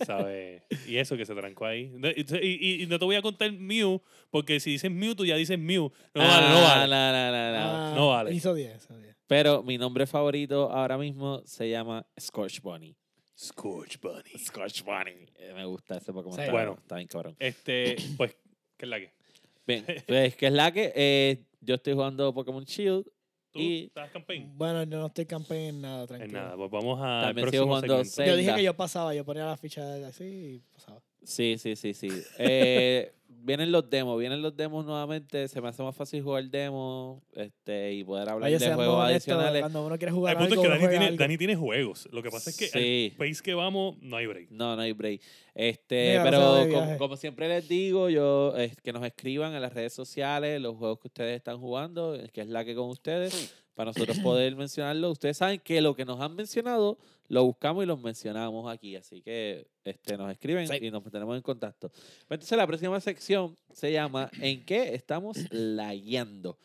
Speaker 3: ¿Sabes? Y eso que se trancó ahí. No, Y, y- y no te voy a contar Mew, porque si dices Mew, tú ya dices Mew. No vale, no
Speaker 1: Ah,
Speaker 3: vale.
Speaker 1: no, no, no, no.
Speaker 2: Ah,
Speaker 3: no vale.
Speaker 2: Hizo 10, hizo 10.
Speaker 1: Pero mi nombre favorito ahora mismo se llama Scorch Bunny.
Speaker 3: Scorch Bunny.
Speaker 1: Scorch Bunny. Eh, Me gusta ese Pokémon.
Speaker 2: Sí.
Speaker 1: está-
Speaker 3: Bueno.
Speaker 1: Está bien cabrón.
Speaker 3: Este, pues, ¿qué es la que?
Speaker 1: Bien, pues que es la que eh, yo estoy jugando Pokémon Shield.
Speaker 3: ¿Tú
Speaker 1: Y- Mm,
Speaker 3: estás campaign?
Speaker 2: Bueno, yo no estoy campeón en nada,
Speaker 3: En
Speaker 2: tranquilo.
Speaker 3: nada, pues vamos a.
Speaker 1: También sigo jugando Zelda.
Speaker 2: Yo dije que yo pasaba, yo ponía la ficha de- así y pasaba.
Speaker 1: Sí, sí, sí, sí. Eh, vienen los demos, vienen los demos nuevamente. Se me hace más fácil jugar demos este, y poder hablar
Speaker 2: Oye,
Speaker 1: de
Speaker 2: seamos
Speaker 1: juegos
Speaker 2: honestos,
Speaker 1: adicionales.
Speaker 2: cuando uno quiere
Speaker 3: El
Speaker 2: jugar
Speaker 3: punto
Speaker 2: algo,
Speaker 3: es que
Speaker 2: uno
Speaker 3: Dani
Speaker 2: juega
Speaker 3: tiene,
Speaker 2: algo.
Speaker 3: Dani tiene juegos. Lo que pasa es que
Speaker 1: Sí.
Speaker 3: al país que vamos, no hay break.
Speaker 1: No, no hay break. Este,
Speaker 2: Mira,
Speaker 1: pero
Speaker 2: vamos a ver de
Speaker 1: com- como,
Speaker 2: viaje.
Speaker 1: siempre les digo, yo es que nos escriban en las redes sociales los juegos que ustedes están jugando, eh, que es la que con ustedes, para nosotros poder mencionarlo. Ustedes saben que lo que nos han mencionado lo buscamos y los mencionamos aquí, así que este, nos escriben
Speaker 2: Sí.
Speaker 1: y nos mantenemos en contacto. Pero Entonces la próxima sección se llama ¿En qué estamos layando?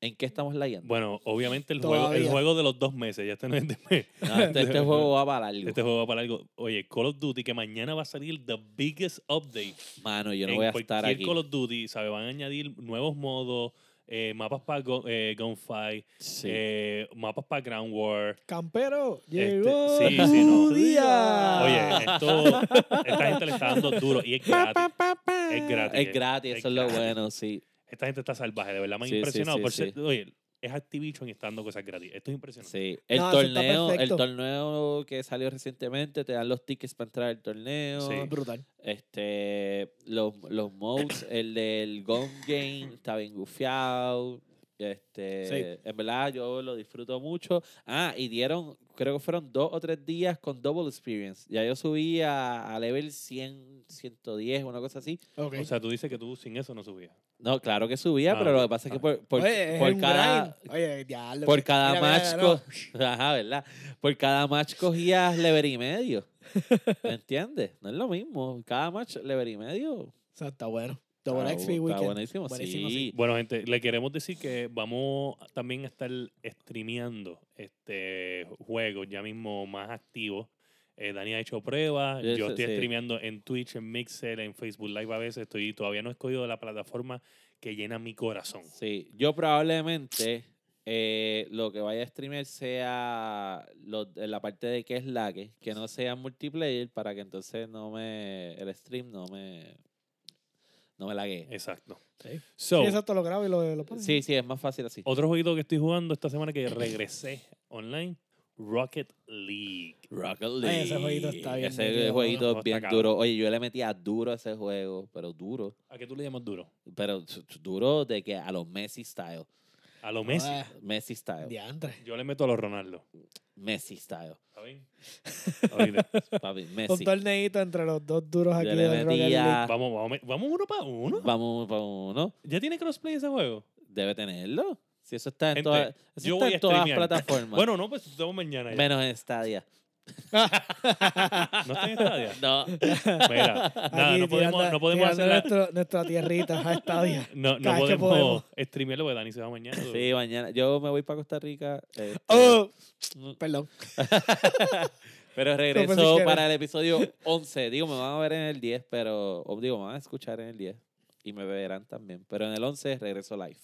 Speaker 1: ¿En qué estamos layando?
Speaker 3: Bueno, obviamente el juego, el
Speaker 2: Todavía.
Speaker 3: juego de los dos meses, ya está en el de mes.
Speaker 1: No, este, este juego va para largo.
Speaker 3: Este juego va para algo. Oye, Call of Duty, que mañana va a salir the biggest update.
Speaker 1: Mano, yo no
Speaker 3: en
Speaker 1: voy a
Speaker 3: cualquier
Speaker 1: estar aquí.
Speaker 3: Call of Duty, ¿sabes? Van a añadir nuevos modos, eh, mapas para gunfight,
Speaker 1: Sí.
Speaker 3: eh, mapas para ground war.
Speaker 2: Campero,
Speaker 3: Este,
Speaker 2: llegó
Speaker 3: sí,
Speaker 2: tu
Speaker 3: sí, no.
Speaker 2: día.
Speaker 3: Oye, eh,
Speaker 1: eh,
Speaker 3: esto, esta gente le está dando duro y es gratis. Es gratis.
Speaker 1: Es gratis,
Speaker 3: es
Speaker 1: eso es lo
Speaker 3: gratis.
Speaker 1: bueno, sí.
Speaker 3: Esta gente está salvaje, de verdad me ha
Speaker 1: Sí, sí,
Speaker 3: impresionado.
Speaker 1: sí,
Speaker 3: por
Speaker 1: sí.
Speaker 3: ser- oye, es Activision y está dando cosas gratis. Esto es impresionante.
Speaker 1: sí. El,
Speaker 2: No, eso está
Speaker 1: torneo, el
Speaker 2: perfecto.
Speaker 1: torneo que salió recientemente, te dan los tickets para entrar al torneo.
Speaker 3: Sí.
Speaker 2: Brutal.
Speaker 1: Este, los, los modes, el del Gun Game está bien gufiado. Este,
Speaker 2: Sí.
Speaker 1: En verdad, yo lo disfruto mucho. Ah, y dieron, creo que fueron dos o tres días con Double Experience. Ya yo subí a, a level 100, 110, una cosa así.
Speaker 2: Ok.
Speaker 3: O sea, tú dices que tú sin eso no subías.
Speaker 1: No, claro que subía,
Speaker 3: Ah,
Speaker 1: pero lo
Speaker 3: ok.
Speaker 1: que pasa es que
Speaker 3: Ah.
Speaker 1: por, por,
Speaker 2: Oye, es
Speaker 1: por
Speaker 2: un
Speaker 1: cada.
Speaker 2: grind. Oye, diablo,
Speaker 1: por
Speaker 2: mira,
Speaker 1: cada
Speaker 2: mira, mira,
Speaker 1: match
Speaker 2: no.
Speaker 1: co- Ajá, ¿verdad? Por cada match cogías lever y medio. ¿Me entiendes? No es lo mismo. Cada match lever y medio.
Speaker 2: O sea, está bueno. Double
Speaker 1: Está bu-
Speaker 2: XP
Speaker 1: está
Speaker 2: Weekend.
Speaker 1: buenísimo,
Speaker 2: Buenísimo,
Speaker 1: sí.
Speaker 3: Bueno, gente, le queremos decir que vamos a- también a estar streameando este juegos ya mismo más activos. Eh, Dani ha hecho pruebas,
Speaker 1: Yo
Speaker 3: yo
Speaker 1: sé,
Speaker 3: estoy
Speaker 1: sí.
Speaker 3: streameando en Twitch, en Mixer, en Facebook Live a veces. Estoy todavía no he escogido la plataforma que llena mi corazón.
Speaker 1: Sí, yo probablemente eh, lo que vaya a streamer sea lo- de la parte de que es la que, que no sea multiplayer para que entonces no me el stream no me no me
Speaker 3: Eh,
Speaker 1: lague.
Speaker 3: Exacto.
Speaker 2: Sí.
Speaker 3: So,
Speaker 2: Sí, exacto, lo grabo y lo, lo pongo.
Speaker 1: Sí, sí, es más fácil así.
Speaker 3: otro jueguito que estoy jugando esta semana que regresé online, Rocket League.
Speaker 1: Rocket
Speaker 2: Ay, ese jueguito está bien
Speaker 1: Ese
Speaker 2: metido,
Speaker 1: jueguito
Speaker 3: ¿no?
Speaker 1: es bien
Speaker 3: Está cabrón.
Speaker 1: duro. Oye, yo le metía duro a ese juego, pero duro.
Speaker 3: ¿A qué tú le llamas duro?
Speaker 1: Pero s- s- duro de que a los Messi style.
Speaker 3: A lo Messi.
Speaker 2: Ah,
Speaker 1: Messi style.
Speaker 2: diantre.
Speaker 3: Yo le meto a los Ronaldo.
Speaker 1: Messi style.
Speaker 3: ¿Está bien? Ahorita.
Speaker 1: Papi,
Speaker 2: Un
Speaker 1: Messi.
Speaker 2: torneito entre los dos duros aquí
Speaker 1: Yo
Speaker 2: del
Speaker 1: le
Speaker 2: Rocket League.
Speaker 1: metía.
Speaker 3: Vamos, vamos, vamos uno para uno.
Speaker 1: Vamos para uno.
Speaker 3: ¿Ya tiene crossplay ese juego?
Speaker 1: Debe tenerlo. Si eso está en,
Speaker 3: Gente,
Speaker 1: todas- eso
Speaker 3: yo
Speaker 1: está
Speaker 3: voy
Speaker 1: en
Speaker 3: a
Speaker 1: todas las
Speaker 3: streamear.
Speaker 1: plataformas.
Speaker 3: Bueno, no, pues estamos mañana ya.
Speaker 1: menos en Stadia.
Speaker 3: No está en Stadia.
Speaker 1: No.
Speaker 3: Mira, nada,
Speaker 2: Aquí
Speaker 3: no podemos,
Speaker 2: tirando-
Speaker 3: no podemos
Speaker 2: tirando
Speaker 3: hacer la-
Speaker 2: nuestro- nuestra tierrita a estadio.
Speaker 3: No, no
Speaker 2: cada vez que
Speaker 3: podemos streamearlo porque Dani se va mañana.
Speaker 1: Sí, mañana. Yo me voy para Costa Rica. este,
Speaker 2: Oh, perdón.
Speaker 1: Pero
Speaker 2: No, pues, si
Speaker 1: regreso
Speaker 2: quieres.
Speaker 1: para el episodio 11. Digo, me van a ver en el 10, pero. O digo, me van a escuchar en el 10. Y me verán también. Pero en el 11 regreso live.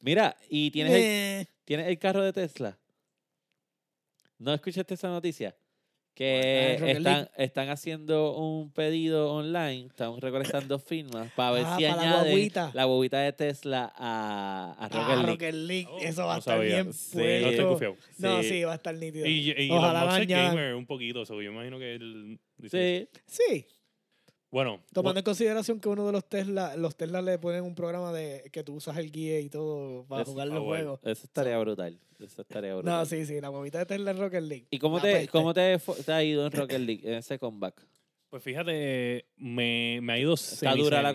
Speaker 1: Mira, ¿y tienes, el,
Speaker 2: Eh,
Speaker 1: tienes el carro de Tesla? ¿No escuchaste esa noticia?
Speaker 2: Ah,
Speaker 1: Que
Speaker 2: el Rocket
Speaker 1: están, están haciendo un pedido online, están recolectando firmas para ver
Speaker 2: Ah,
Speaker 1: si
Speaker 2: para la
Speaker 1: añaden
Speaker 2: guaguita.
Speaker 1: la bobita de Tesla a, a Rocket
Speaker 2: ah,
Speaker 1: League.
Speaker 2: Rocket League.
Speaker 3: Oh,
Speaker 2: Eso va a
Speaker 3: no
Speaker 2: estar
Speaker 3: sabía.
Speaker 2: bien
Speaker 1: Sí.
Speaker 3: No estoy
Speaker 2: puesto.
Speaker 3: confiado.
Speaker 2: No,
Speaker 1: Sí.
Speaker 2: sí, va a estar nítido.
Speaker 3: Y, y
Speaker 2: Ojalá
Speaker 3: los Mox es
Speaker 2: mañana.
Speaker 3: gamer un poquito, so, yo imagino que él dice-
Speaker 1: Sí,
Speaker 2: Sí,
Speaker 3: Bueno,
Speaker 2: tomando en consideración que uno de los Tesla, los Tesla le ponen un programa de que tú usas el guía y todo para
Speaker 1: Eso
Speaker 2: jugar
Speaker 3: está
Speaker 2: los
Speaker 3: ah, bueno.
Speaker 2: juegos.
Speaker 1: eso estaría brutal. Eso estaría brutal.
Speaker 2: No, sí, Ah, pues, eh. sí, la movita de Tesla en Rocket League.
Speaker 1: ¿Y cómo,
Speaker 2: La
Speaker 1: te,
Speaker 2: peste.
Speaker 1: cómo te, fue- te ha ido en Rocket League, en ese comeback?
Speaker 3: pues fíjate, me, me ha ido
Speaker 1: Está dura la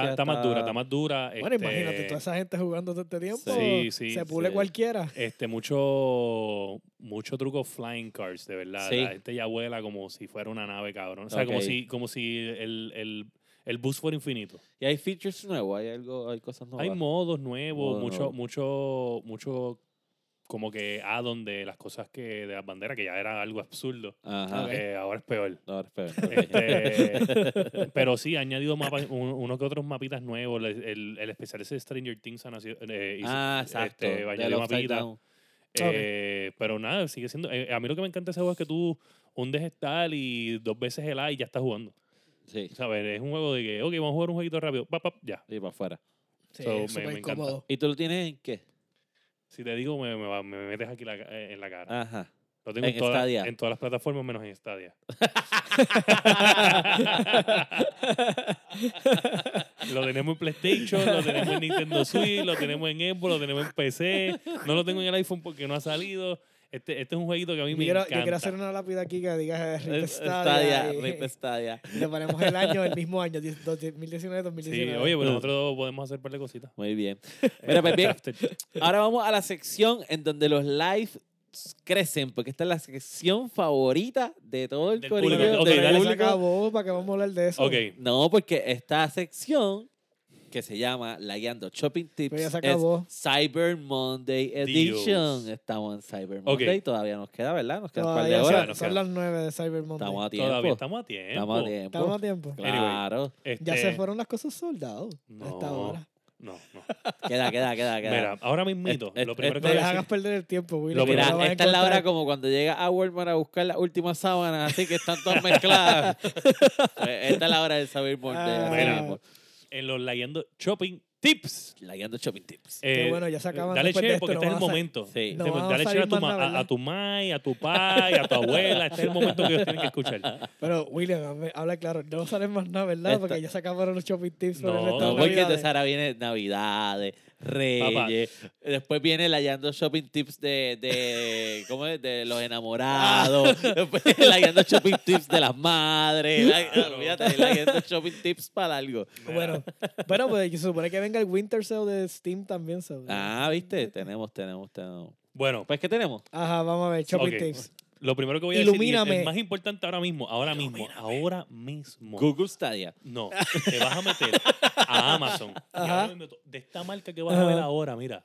Speaker 1: competencia.
Speaker 3: Está, está más dura, está más dura.
Speaker 2: Bueno,
Speaker 3: este,
Speaker 2: imagínate, toda esa gente jugando todo este tiempo.
Speaker 3: Sí, sí,
Speaker 2: se pule
Speaker 1: sí.
Speaker 2: cualquiera.
Speaker 3: Este, mucho, mucho truco flying cars, de verdad.
Speaker 1: Sí.
Speaker 3: La gente ya vuela como si fuera una nave, cabrón. O sea, como
Speaker 1: Ok.
Speaker 3: si, como si el, el, el bus fuera infinito.
Speaker 1: Y hay features nuevos, hay algo, hay cosas nuevas.
Speaker 3: Hay modos nuevos,
Speaker 1: Modo
Speaker 3: mucho,
Speaker 1: nuevo.
Speaker 3: mucho, mucho como que a donde las cosas que de las banderas, que ya era algo absurdo,
Speaker 1: Ajá.
Speaker 2: Ok.
Speaker 3: eh, ahora es peor.
Speaker 1: No, ahora espera, ok.
Speaker 3: Este, pero sí, ha añadido mapas, un- uno que otros mapitas nuevos. El, el, el especialista de Stranger Things ha nacido- eh, hizo-
Speaker 1: ah, exacto.
Speaker 3: este,
Speaker 1: del
Speaker 3: añadió
Speaker 1: upside
Speaker 3: mapitas.
Speaker 1: down.
Speaker 3: Eh, Pero nada, sigue siendo. eh, a mí lo que me encanta de ese juego es que tú hundes estar y dos veces el A y ya estás jugando.
Speaker 1: Sí,
Speaker 3: ¿Sabes? Es un juego de que, ok, vamos a jugar un jueguito rápido. Pap, pap, ya.
Speaker 1: y para afuera.
Speaker 2: Sí,
Speaker 3: So, me- me
Speaker 2: súper
Speaker 3: encanta.
Speaker 2: cómodo.
Speaker 1: ¿Y tú lo tienes en qué?
Speaker 3: Si te digo, me, me va- me metes aquí la ca- eh, en la cara.
Speaker 1: Ajá.
Speaker 3: Lo tengo
Speaker 1: Ah, en
Speaker 3: en, todas-
Speaker 1: Stadia.
Speaker 3: en todas las plataformas menos en Stadia. lo tenemos en PlayStation, lo tenemos en Nintendo Switch, lo tenemos en Xbox, lo tenemos en PC. No lo tengo en el iPhone porque no ha salido. Este, este es un jueguito que a mí
Speaker 2: Yo
Speaker 3: me
Speaker 2: quiero, yo
Speaker 3: encanta.
Speaker 2: quiero hacer una lápida aquí que diga eh, Rip
Speaker 1: Es-
Speaker 2: Stadia.
Speaker 1: Stadia,
Speaker 2: y-
Speaker 1: Rip Stadia.
Speaker 2: y Le ponemos el año, el mismo año, 10 2019,
Speaker 3: Sí,
Speaker 2: 2019.
Speaker 3: oye, pero nosotros podemos hacer un par de cositas.
Speaker 1: Muy bien. Mira, pues bien,
Speaker 3: Crafted.
Speaker 1: ahora vamos a la sección en donde los live crecen, porque esta es la sección favorita de todo el
Speaker 3: Del
Speaker 1: corillo.
Speaker 3: público. Ok,
Speaker 1: del
Speaker 3: dale.
Speaker 2: Pero se
Speaker 1: público.
Speaker 2: acabó, ¿para qué vamos a hablar de eso?
Speaker 3: Ok,
Speaker 1: No, porque esta sección que se llama La Guiando Shopping Tips
Speaker 2: Pero Pues ya se
Speaker 1: es
Speaker 2: acabó.
Speaker 1: Cyber Monday
Speaker 3: Dios.
Speaker 1: Edition. Estamos en Cyber
Speaker 3: Ok.
Speaker 1: Monday. Todavía nos queda, ¿verdad? Nos queda un par de
Speaker 2: Todavía
Speaker 1: horas.
Speaker 2: son,
Speaker 3: nos
Speaker 2: son
Speaker 3: queda.
Speaker 2: las 9 de Cyber Monday.
Speaker 1: Estamos a tiempo.
Speaker 3: todavía estamos a tiempo.
Speaker 1: Estamos a tiempo.
Speaker 2: Estamos a tiempo.
Speaker 1: Claro.
Speaker 3: Este,
Speaker 2: Ya se fueron las cosas soldados hasta
Speaker 3: No,
Speaker 2: ahora.
Speaker 3: no, no.
Speaker 1: Queda, queda, queda, queda.
Speaker 3: Mira, ahora mismito,
Speaker 1: Es-
Speaker 3: lo
Speaker 1: es-
Speaker 3: primero
Speaker 1: es-
Speaker 3: que
Speaker 2: No
Speaker 3: voy
Speaker 2: les
Speaker 3: a
Speaker 2: hagas
Speaker 3: decir-
Speaker 2: perder el tiempo, Will.
Speaker 3: Lo
Speaker 2: que
Speaker 1: Mira,
Speaker 3: primero
Speaker 2: no vas a
Speaker 1: esta es la hora
Speaker 2: encontrar.
Speaker 1: como cuando llega a Walmart a buscar las últimas sábanas, así que están todas mezcladas. Pues esta es la hora del Cyber Monday.
Speaker 2: Ah.
Speaker 1: así
Speaker 3: Mira.
Speaker 1: mismo.
Speaker 3: en los Leyendo Shopping Tips.
Speaker 1: La Guiando Shopping Tips.
Speaker 2: Qué
Speaker 3: Eh,
Speaker 2: bueno, ya se acaban
Speaker 3: Dale
Speaker 2: después de
Speaker 3: share
Speaker 2: esto,
Speaker 3: porque
Speaker 2: no
Speaker 3: este es el
Speaker 2: van a sa-
Speaker 3: momento.
Speaker 1: Sí.
Speaker 2: No van
Speaker 3: Este-
Speaker 2: a
Speaker 3: dale share
Speaker 2: salir
Speaker 3: a tu,
Speaker 2: más nada,
Speaker 3: ma- a,
Speaker 2: ¿verdad?
Speaker 3: a tu mai, a tu pai, a tu abuela. Este es el momento que ellos tienen que escuchar.
Speaker 2: Pero, William, hable- habla claro. No salen más nada, ¿verdad?
Speaker 1: Esta-
Speaker 2: Porque ya se acabaron los shopping tips por
Speaker 3: No,
Speaker 2: el resto
Speaker 1: No,
Speaker 2: de
Speaker 1: porque
Speaker 2: Navidades.
Speaker 1: entonces ahora viene Navidades, Reyes, después viene la Yando Shopping Tips de, de ¿cómo es? De los enamorados,
Speaker 3: Ah.
Speaker 1: después la Yando Shopping Tips de las madres, la,
Speaker 3: Claro.
Speaker 1: olvídate, la Yando Shopping Tips para algo.
Speaker 2: Bueno, bueno, pues se supone que venga el Winter Sale de Steam también, ¿sabes?
Speaker 1: Ah, ¿viste? Ah, Tenemos, tenemos, tenemos.
Speaker 3: Bueno,
Speaker 1: Pues, ¿qué tenemos?
Speaker 2: Ajá, vamos a ver, shopping
Speaker 3: Ok.
Speaker 2: tips.
Speaker 3: Lo primero que voy a decir y
Speaker 2: Ilumíname.
Speaker 3: es más importante ahora mismo, ahora mismo, ahora mismo.
Speaker 1: Google Stadia.
Speaker 3: No, te vas a meter a Amazon. Y
Speaker 2: Ajá.
Speaker 3: hablando de to- de esta marca que vas
Speaker 2: Ajá.
Speaker 3: a ver ahora, mira.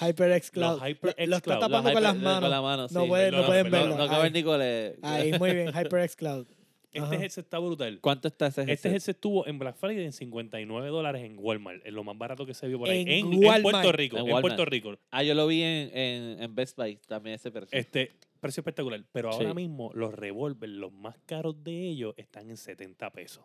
Speaker 2: HyperX Cloud.
Speaker 3: Los HyperX
Speaker 2: lo está
Speaker 3: Cloud,
Speaker 2: tapando
Speaker 1: Los
Speaker 2: con las
Speaker 1: iPad-
Speaker 2: manos.
Speaker 1: Con las manos,
Speaker 2: no
Speaker 1: sí.
Speaker 2: pueden, no
Speaker 1: No,
Speaker 2: pueden
Speaker 3: perdóname,
Speaker 2: verlo.
Speaker 3: perdóname.
Speaker 1: no
Speaker 2: ahí,
Speaker 1: cabe ni con el-
Speaker 2: ahí, muy bien. HyperX Cloud.
Speaker 3: Este
Speaker 2: Ajá.
Speaker 3: headset está brutal.
Speaker 1: ¿Cuánto está ese
Speaker 3: Este
Speaker 1: headset?
Speaker 3: headset estuvo en Black Friday en 59 dólares en Walmart, es lo más barato que se vio por ahí.
Speaker 2: En
Speaker 3: En, en
Speaker 2: Walmart.
Speaker 3: Puerto Rico,
Speaker 1: En
Speaker 3: en,
Speaker 1: Walmart.
Speaker 3: Puerto Rico.
Speaker 1: Ah, yo lo vi en, en, en Best Buy también ese precio.
Speaker 3: Este, precio espectacular. Pero
Speaker 1: Sí.
Speaker 3: ahora mismo los revólveres, los más caros de ellos, están en 70 pesos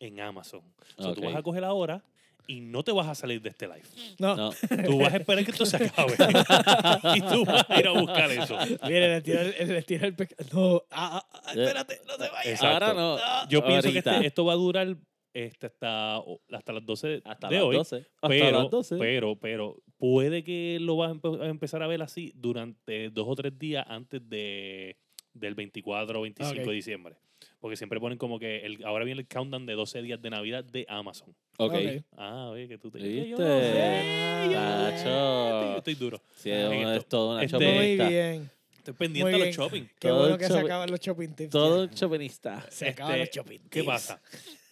Speaker 3: en Amazon. O sea,
Speaker 1: Ok.
Speaker 3: tú vas a coger ahora y no te vas a salir de este live.
Speaker 2: No.
Speaker 1: No.
Speaker 3: Tú vas a esperar que esto se acabe. y tú vas a ir a buscar eso.
Speaker 2: Mire, le tira el, le tira el pec- No, ah, ah,
Speaker 1: Eh,
Speaker 2: ah, espérate, no se vaya.
Speaker 3: Exacto.
Speaker 1: Ahora no.
Speaker 3: Yo pienso que
Speaker 1: Ahorita.
Speaker 3: este- esto va a durar este, hasta, hasta las 12
Speaker 1: Hasta
Speaker 3: de
Speaker 1: las
Speaker 3: hoy.
Speaker 1: 12. Hasta
Speaker 3: pero, pues,
Speaker 1: las 12.
Speaker 3: pero, pero, puede que lo vas a empe- a empezar a ver así durante dos o tres días antes de, del 24 o 25
Speaker 2: Ok.
Speaker 3: de diciembre. Porque siempre ponen como que el, ahora viene el countdown de 12 días de Navidad de Amazon.
Speaker 1: ok. Eh,
Speaker 2: Ok.
Speaker 3: Ah, oye, que tú te...
Speaker 1: ¿Viste?
Speaker 3: yo no sé, yo
Speaker 1: ah,
Speaker 3: no sé,
Speaker 1: Nacho.
Speaker 3: yo estoy duro.
Speaker 1: Sí, es
Speaker 3: Esto-
Speaker 1: uno- es todo una
Speaker 3: este-
Speaker 2: Muy
Speaker 1: chopinista.
Speaker 2: bien.
Speaker 3: Estoy pendiente
Speaker 2: Muy
Speaker 3: a
Speaker 2: bien.
Speaker 3: los shopping.
Speaker 2: Qué
Speaker 1: Todo
Speaker 2: bueno
Speaker 1: el
Speaker 2: que se
Speaker 1: shopping-
Speaker 2: acaban los shopping tips.
Speaker 1: Todo
Speaker 2: ya.
Speaker 1: un chopinista.
Speaker 2: Se acaban los
Speaker 3: Este,
Speaker 2: shopping tips.
Speaker 3: ¿Qué pasa?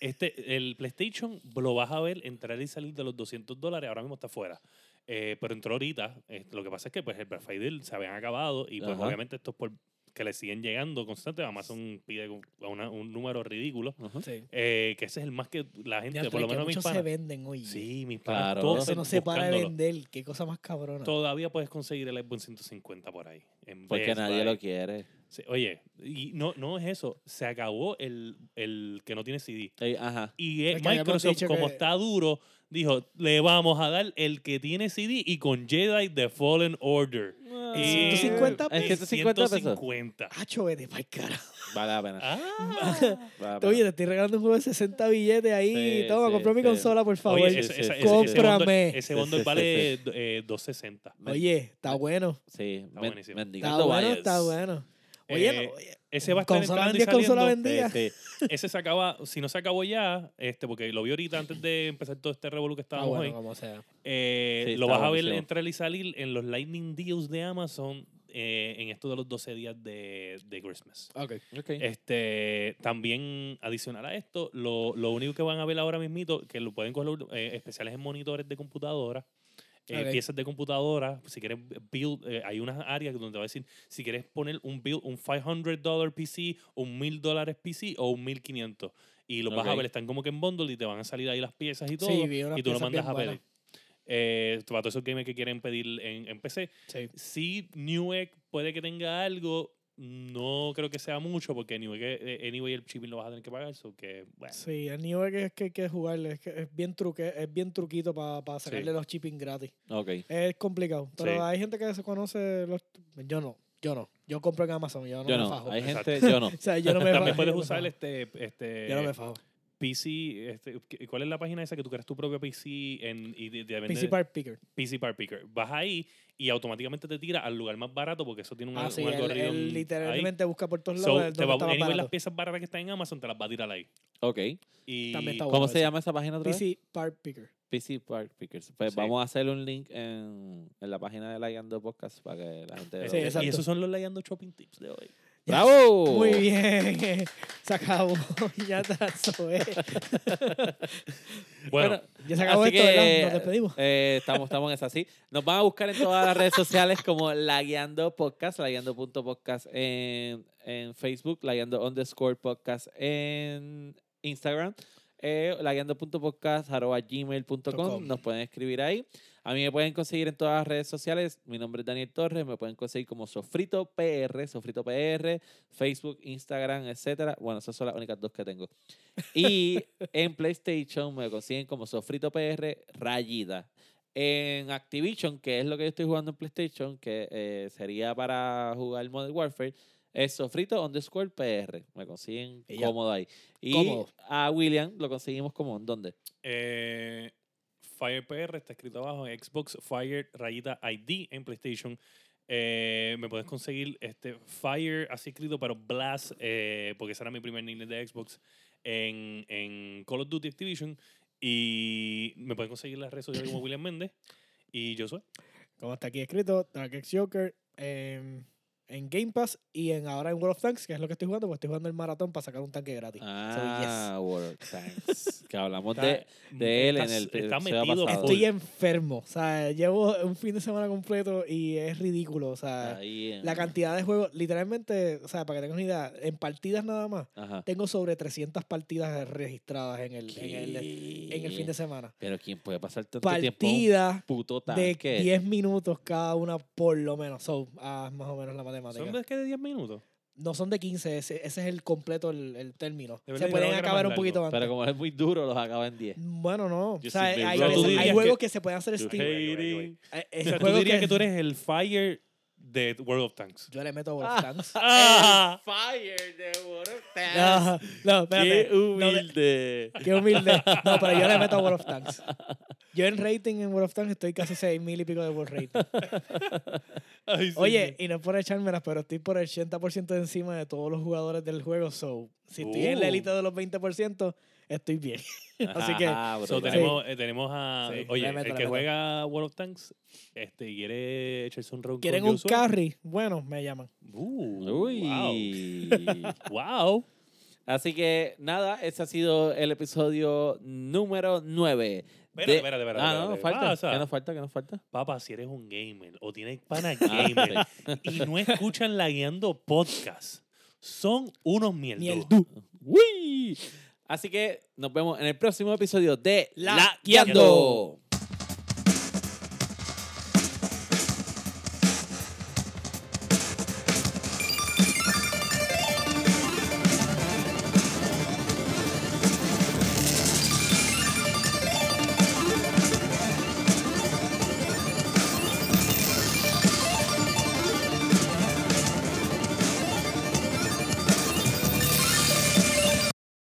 Speaker 3: Este, el PlayStation lo vas a ver entrar y salir de los 200 dólares. Ahora mismo está fuera. Eh, pero entró ahorita. Eh, lo que pasa es que pues, el Black Friday se habían acabado y pues,
Speaker 1: Ajá.
Speaker 3: obviamente estos por, que le siguen llegando constante. Amazon pide un- una- un número ridículo.
Speaker 1: Ujú.
Speaker 2: Sí.
Speaker 3: Eh, que ese es el más que la gente,
Speaker 2: Ya,
Speaker 3: por lo menos mis
Speaker 2: muchos se
Speaker 3: panas.
Speaker 2: venden hoy.
Speaker 3: Sí, mis panas.
Speaker 1: Claro.
Speaker 3: todos
Speaker 2: Eso no se para de
Speaker 3: buscándolo.
Speaker 2: vender. Qué cosa más cabrona.
Speaker 3: Todavía puedes conseguir el iPhone 150 por ahí. en
Speaker 1: Porque
Speaker 3: Best
Speaker 1: nadie
Speaker 3: Buy.
Speaker 1: lo quiere.
Speaker 3: Sí, oye, y no, no es eso. Se acabó el, el que no tiene CD.
Speaker 1: Ey, ajá.
Speaker 3: Y
Speaker 2: Es
Speaker 3: eh,
Speaker 2: que habíamos
Speaker 3: Microsoft,
Speaker 2: dicho
Speaker 3: como
Speaker 2: que-
Speaker 3: está duro, dijo, le vamos a dar el que tiene CD y con Jedi The Fallen Order. Eh,
Speaker 2: ¿En
Speaker 3: Y-
Speaker 2: 150
Speaker 1: ¿En
Speaker 2: pesos?
Speaker 1: 150 pesos?
Speaker 3: 150.
Speaker 2: Hacho, vete pa'l carajo.
Speaker 1: Vale la pena.
Speaker 3: Ah.
Speaker 1: vale la pena.
Speaker 2: Oye, te estoy regalando un juego de 60 billetes ahí.
Speaker 1: Sí,
Speaker 2: Toma,
Speaker 1: sí,
Speaker 2: compró mi
Speaker 1: sí.
Speaker 2: consola, por favor.
Speaker 3: Oye,
Speaker 1: sí,
Speaker 3: ese,
Speaker 1: sí,
Speaker 3: ese-
Speaker 1: sí.
Speaker 3: ese- ese bundle-
Speaker 2: Cómprame.
Speaker 3: ese
Speaker 1: Sí,
Speaker 3: bundle
Speaker 1: sí,
Speaker 3: vale eh, 260.
Speaker 2: Oye, está bueno.
Speaker 1: Sí, men-
Speaker 3: buenísimo.
Speaker 2: Está
Speaker 1: mendigando
Speaker 2: bueno,
Speaker 1: vayas.
Speaker 2: está bueno. Oye, no,
Speaker 3: Eh,
Speaker 2: oye,
Speaker 3: Ese va a estar
Speaker 2: Consola
Speaker 3: entrando y
Speaker 2: vendida, consola
Speaker 3: saliendo.
Speaker 2: vendida.
Speaker 1: Sí, sí.
Speaker 3: Ese se acaba, si no se acabó ya, este, porque lo vi ahorita antes de empezar todo este revolú que
Speaker 2: está
Speaker 3: estábamos hoy.
Speaker 2: Ah, bueno como sea.
Speaker 3: Eh,
Speaker 1: Sí,
Speaker 3: lo
Speaker 1: está
Speaker 3: vas a ver
Speaker 1: buenísimo.
Speaker 3: entrar y salir en los Lightning Deals de Amazon eh, en estos de los 12 días de, de Christmas.
Speaker 2: Ok.
Speaker 1: Ok.
Speaker 3: Este, también adicional a esto, lo, lo único que van a ver ahora mismito, que lo pueden coger eh, especiales en monitores de computadora, eh,
Speaker 2: Ok.
Speaker 3: piezas de computadora, si quieres build, eh, hay unas áreas donde te va a decir, si quieres poner un build, un $500 PC, un $1,000 PC o un $1,500. Y los vas a
Speaker 1: Ok.
Speaker 3: ver, están como que en bundle y te van a salir ahí las piezas y todo
Speaker 2: Sí, vi unas
Speaker 3: y tú lo
Speaker 2: piezas bien
Speaker 3: mandas a
Speaker 2: buenas.
Speaker 3: pedir. Eh, para todos esos gamers que quieren pedir en, en PC.
Speaker 2: Sí.
Speaker 3: Si Newegg puede que tenga algo, no creo que sea mucho, porque Newegg, eh, anyway, el shipping lo vas a tener que pagar, so que, bueno.
Speaker 2: Sí, el New York es que hay que jugarle. Es, que es, bien, truque, es bien truquito para sacarle los shipping gratis.
Speaker 1: Ok.
Speaker 2: Es complicado. Pero
Speaker 3: Sí.
Speaker 2: hay gente que se conoce. Los... Yo no, yo no. Yo compro en Amazon, yo no
Speaker 1: Yo
Speaker 2: me
Speaker 1: no.
Speaker 2: fajo.
Speaker 1: Hay
Speaker 3: Exacto.
Speaker 1: gente, yo no.
Speaker 2: O sea, yo no me fajo,
Speaker 3: También puedes
Speaker 2: yo no me
Speaker 3: usar
Speaker 2: fajo.
Speaker 3: este, este
Speaker 2: Yo no me fajo.
Speaker 3: PC, este, ¿qué- ¿cuál es la página esa que tú creas tu propio PC en, y te- te venden-
Speaker 2: PC Park Picker.
Speaker 3: PC Bar Picker? Vas ahí y automáticamente te tira al lugar más barato porque eso tiene un,
Speaker 2: Ah,
Speaker 3: al-
Speaker 2: sí,
Speaker 3: un
Speaker 2: él,
Speaker 3: algoritmo
Speaker 2: él
Speaker 3: ahí.
Speaker 2: literalmente busca por todos
Speaker 3: So,
Speaker 2: lados. el
Speaker 3: te va,
Speaker 2: donde está más
Speaker 3: anyway, las
Speaker 2: barato.
Speaker 3: piezas baratas que están en Amazon te las va a tirar ahí.
Speaker 1: Ok.
Speaker 3: Y eh,
Speaker 2: También está
Speaker 1: ¿Cómo
Speaker 2: bueno
Speaker 1: se
Speaker 2: eso.
Speaker 1: llama esa página otra vez?
Speaker 2: PC Park Picker.
Speaker 1: PC Park Pickers. Pues
Speaker 3: Sí.
Speaker 1: vamos a hacer un link en, en la página de Ligando Podcast para que la gente
Speaker 2: Sí,
Speaker 1: vea.
Speaker 2: exacto.
Speaker 3: eh, Y esos son los Layando Shopping Tips de hoy.
Speaker 1: ¡Bravo!
Speaker 2: Muy bien. Se acabó. ya está, eso es.
Speaker 3: Bueno,
Speaker 2: Ya se acabó
Speaker 1: así
Speaker 2: esto,
Speaker 1: que,
Speaker 2: ¿verdad? Nos despedimos.
Speaker 1: eh, estamos, estamos en esa, sí. Nos van a buscar en todas las redes sociales como Lagueando Podcast, lagueando.podcast en, en Facebook, lagueando underscore podcast en Instagram, eh, lagueando.podcast arroba gmail.com.
Speaker 2: Com.
Speaker 1: Nos pueden escribir ahí. A mí me pueden conseguir en todas las redes sociales. Mi nombre es Daniel Torres. Me pueden conseguir como Sofrito PR, Sofrito PR, Facebook, Instagram, etcétera. Bueno, esas son las únicas dos que tengo. Y en PlayStation me consiguen como Sofrito PR Rayida. En Activision, que es lo que yo estoy jugando en PlayStation, que eh, sería para jugar Modern Warfare, es Sofrito underscore PR. Me consiguen
Speaker 2: Y ya.
Speaker 1: cómodo ahí. Y
Speaker 2: Cómodo.
Speaker 1: a William lo conseguimos como en dónde.
Speaker 3: Eh, Fire PR está escrito abajo en Xbox Fire rayita ID en PlayStation. Eh, me puedes conseguir este Fire así escrito, pero Blast, eh, porque ese era mi primer nickname de Xbox en, en Call of Duty Activision. Y me puedes conseguir en las redes sociales como William Méndez. Y yo soy.
Speaker 2: Como está aquí escrito, Dark X Joker. em, en Game Pass y en ahora en World of Tanks, que es lo que estoy jugando, porque estoy jugando el maratón para sacar un tanque gratis.
Speaker 1: Ah, World of Tanks. Que hablamos
Speaker 3: Está-
Speaker 1: de, de él en
Speaker 3: está-
Speaker 1: el
Speaker 3: está
Speaker 1: episodio
Speaker 3: metido
Speaker 1: pasado.
Speaker 3: full.
Speaker 2: Estoy enfermo, o sea, llevo un fin de semana completo y es ridículo, o sea,
Speaker 1: Ahí en-
Speaker 2: la cantidad de juegos, literalmente, o sea, para que tengas una idea, en partidas nada más,
Speaker 1: Ajá.
Speaker 2: tengo sobre 300 partidas registradas en el, en el, en el fin
Speaker 1: ¿Qué?
Speaker 2: de semana.
Speaker 1: Pero ¿quién puede pasar tanto tiempo en un
Speaker 2: Partidas
Speaker 1: puto
Speaker 2: de
Speaker 1: tanque?
Speaker 2: 10 minutos cada una por lo menos, so, ah, más o menos la matemática.
Speaker 3: ¿Son de que de 10 minutos?
Speaker 2: No son de 15, ese, ese es el completo, el, el término.
Speaker 3: De verdad,
Speaker 2: Se
Speaker 3: yo
Speaker 2: pueden
Speaker 3: creo que era
Speaker 2: acabar
Speaker 3: más
Speaker 2: un poquito
Speaker 1: Pero
Speaker 2: antes.
Speaker 1: como es muy duro, los acaba en 10.
Speaker 2: Bueno, no.
Speaker 3: Yo
Speaker 2: o sea,
Speaker 3: sí,
Speaker 2: hay,
Speaker 3: pero
Speaker 1: tú
Speaker 2: veces- hay
Speaker 3: dirías
Speaker 2: juegos
Speaker 3: que-
Speaker 2: que, se pueden hacer
Speaker 3: Yo
Speaker 2: Steam.
Speaker 3: hating.
Speaker 2: Eh,
Speaker 3: O
Speaker 2: eh,
Speaker 3: sea, tú
Speaker 2: juegos
Speaker 3: dirías que tú eres el Fire de World of Tanks.
Speaker 2: Yo le meto a World of Tanks.
Speaker 3: ¡Ah!
Speaker 1: Fire de World of
Speaker 2: No, no, espérate.
Speaker 1: Qué
Speaker 2: No, le-
Speaker 1: humilde.
Speaker 2: qué humilde. No, pero yo le meto a World of Tanks. Yo en rating en World of Tanks estoy casi 6 mil y pico de World Rating.
Speaker 3: Ay,
Speaker 2: Oye,
Speaker 3: señor.
Speaker 2: y no es por echármelas, pero estoy por el 80% de encima de todos los jugadores del juego. So, si estoy en la
Speaker 3: Uh.
Speaker 2: élite de los 20%, estoy bien. Así que,
Speaker 3: So,
Speaker 1: brutal.
Speaker 3: tenemos, eh, tenemos a.
Speaker 2: Sí,
Speaker 3: oye,
Speaker 2: le meto,
Speaker 3: el
Speaker 2: le
Speaker 3: que
Speaker 2: meto.
Speaker 3: juega World of Tanks este, y quiere echarse un round.
Speaker 2: ¿Quieren
Speaker 3: con
Speaker 2: un
Speaker 3: Joshua.
Speaker 2: carry? Bueno, me llaman.
Speaker 3: Uh,
Speaker 1: Uy.
Speaker 3: Wow. wow.
Speaker 1: Así que nada, ese ha sido el episodio número 9.
Speaker 3: Espérate, espérate, espérate,
Speaker 1: Ah, no, nos
Speaker 3: espérate.
Speaker 1: falta.
Speaker 3: Pasa.
Speaker 1: ¿Qué nos falta? ¿Qué nos falta?
Speaker 3: Papá, si eres un gamer o tienes pana
Speaker 1: Ah,
Speaker 3: gamer y no escuchan la guiando podcast, son unos mierdos.
Speaker 2: Mierdu.
Speaker 1: ¡Uy! Así que nos vemos en el próximo episodio de
Speaker 2: La
Speaker 1: La Guiando.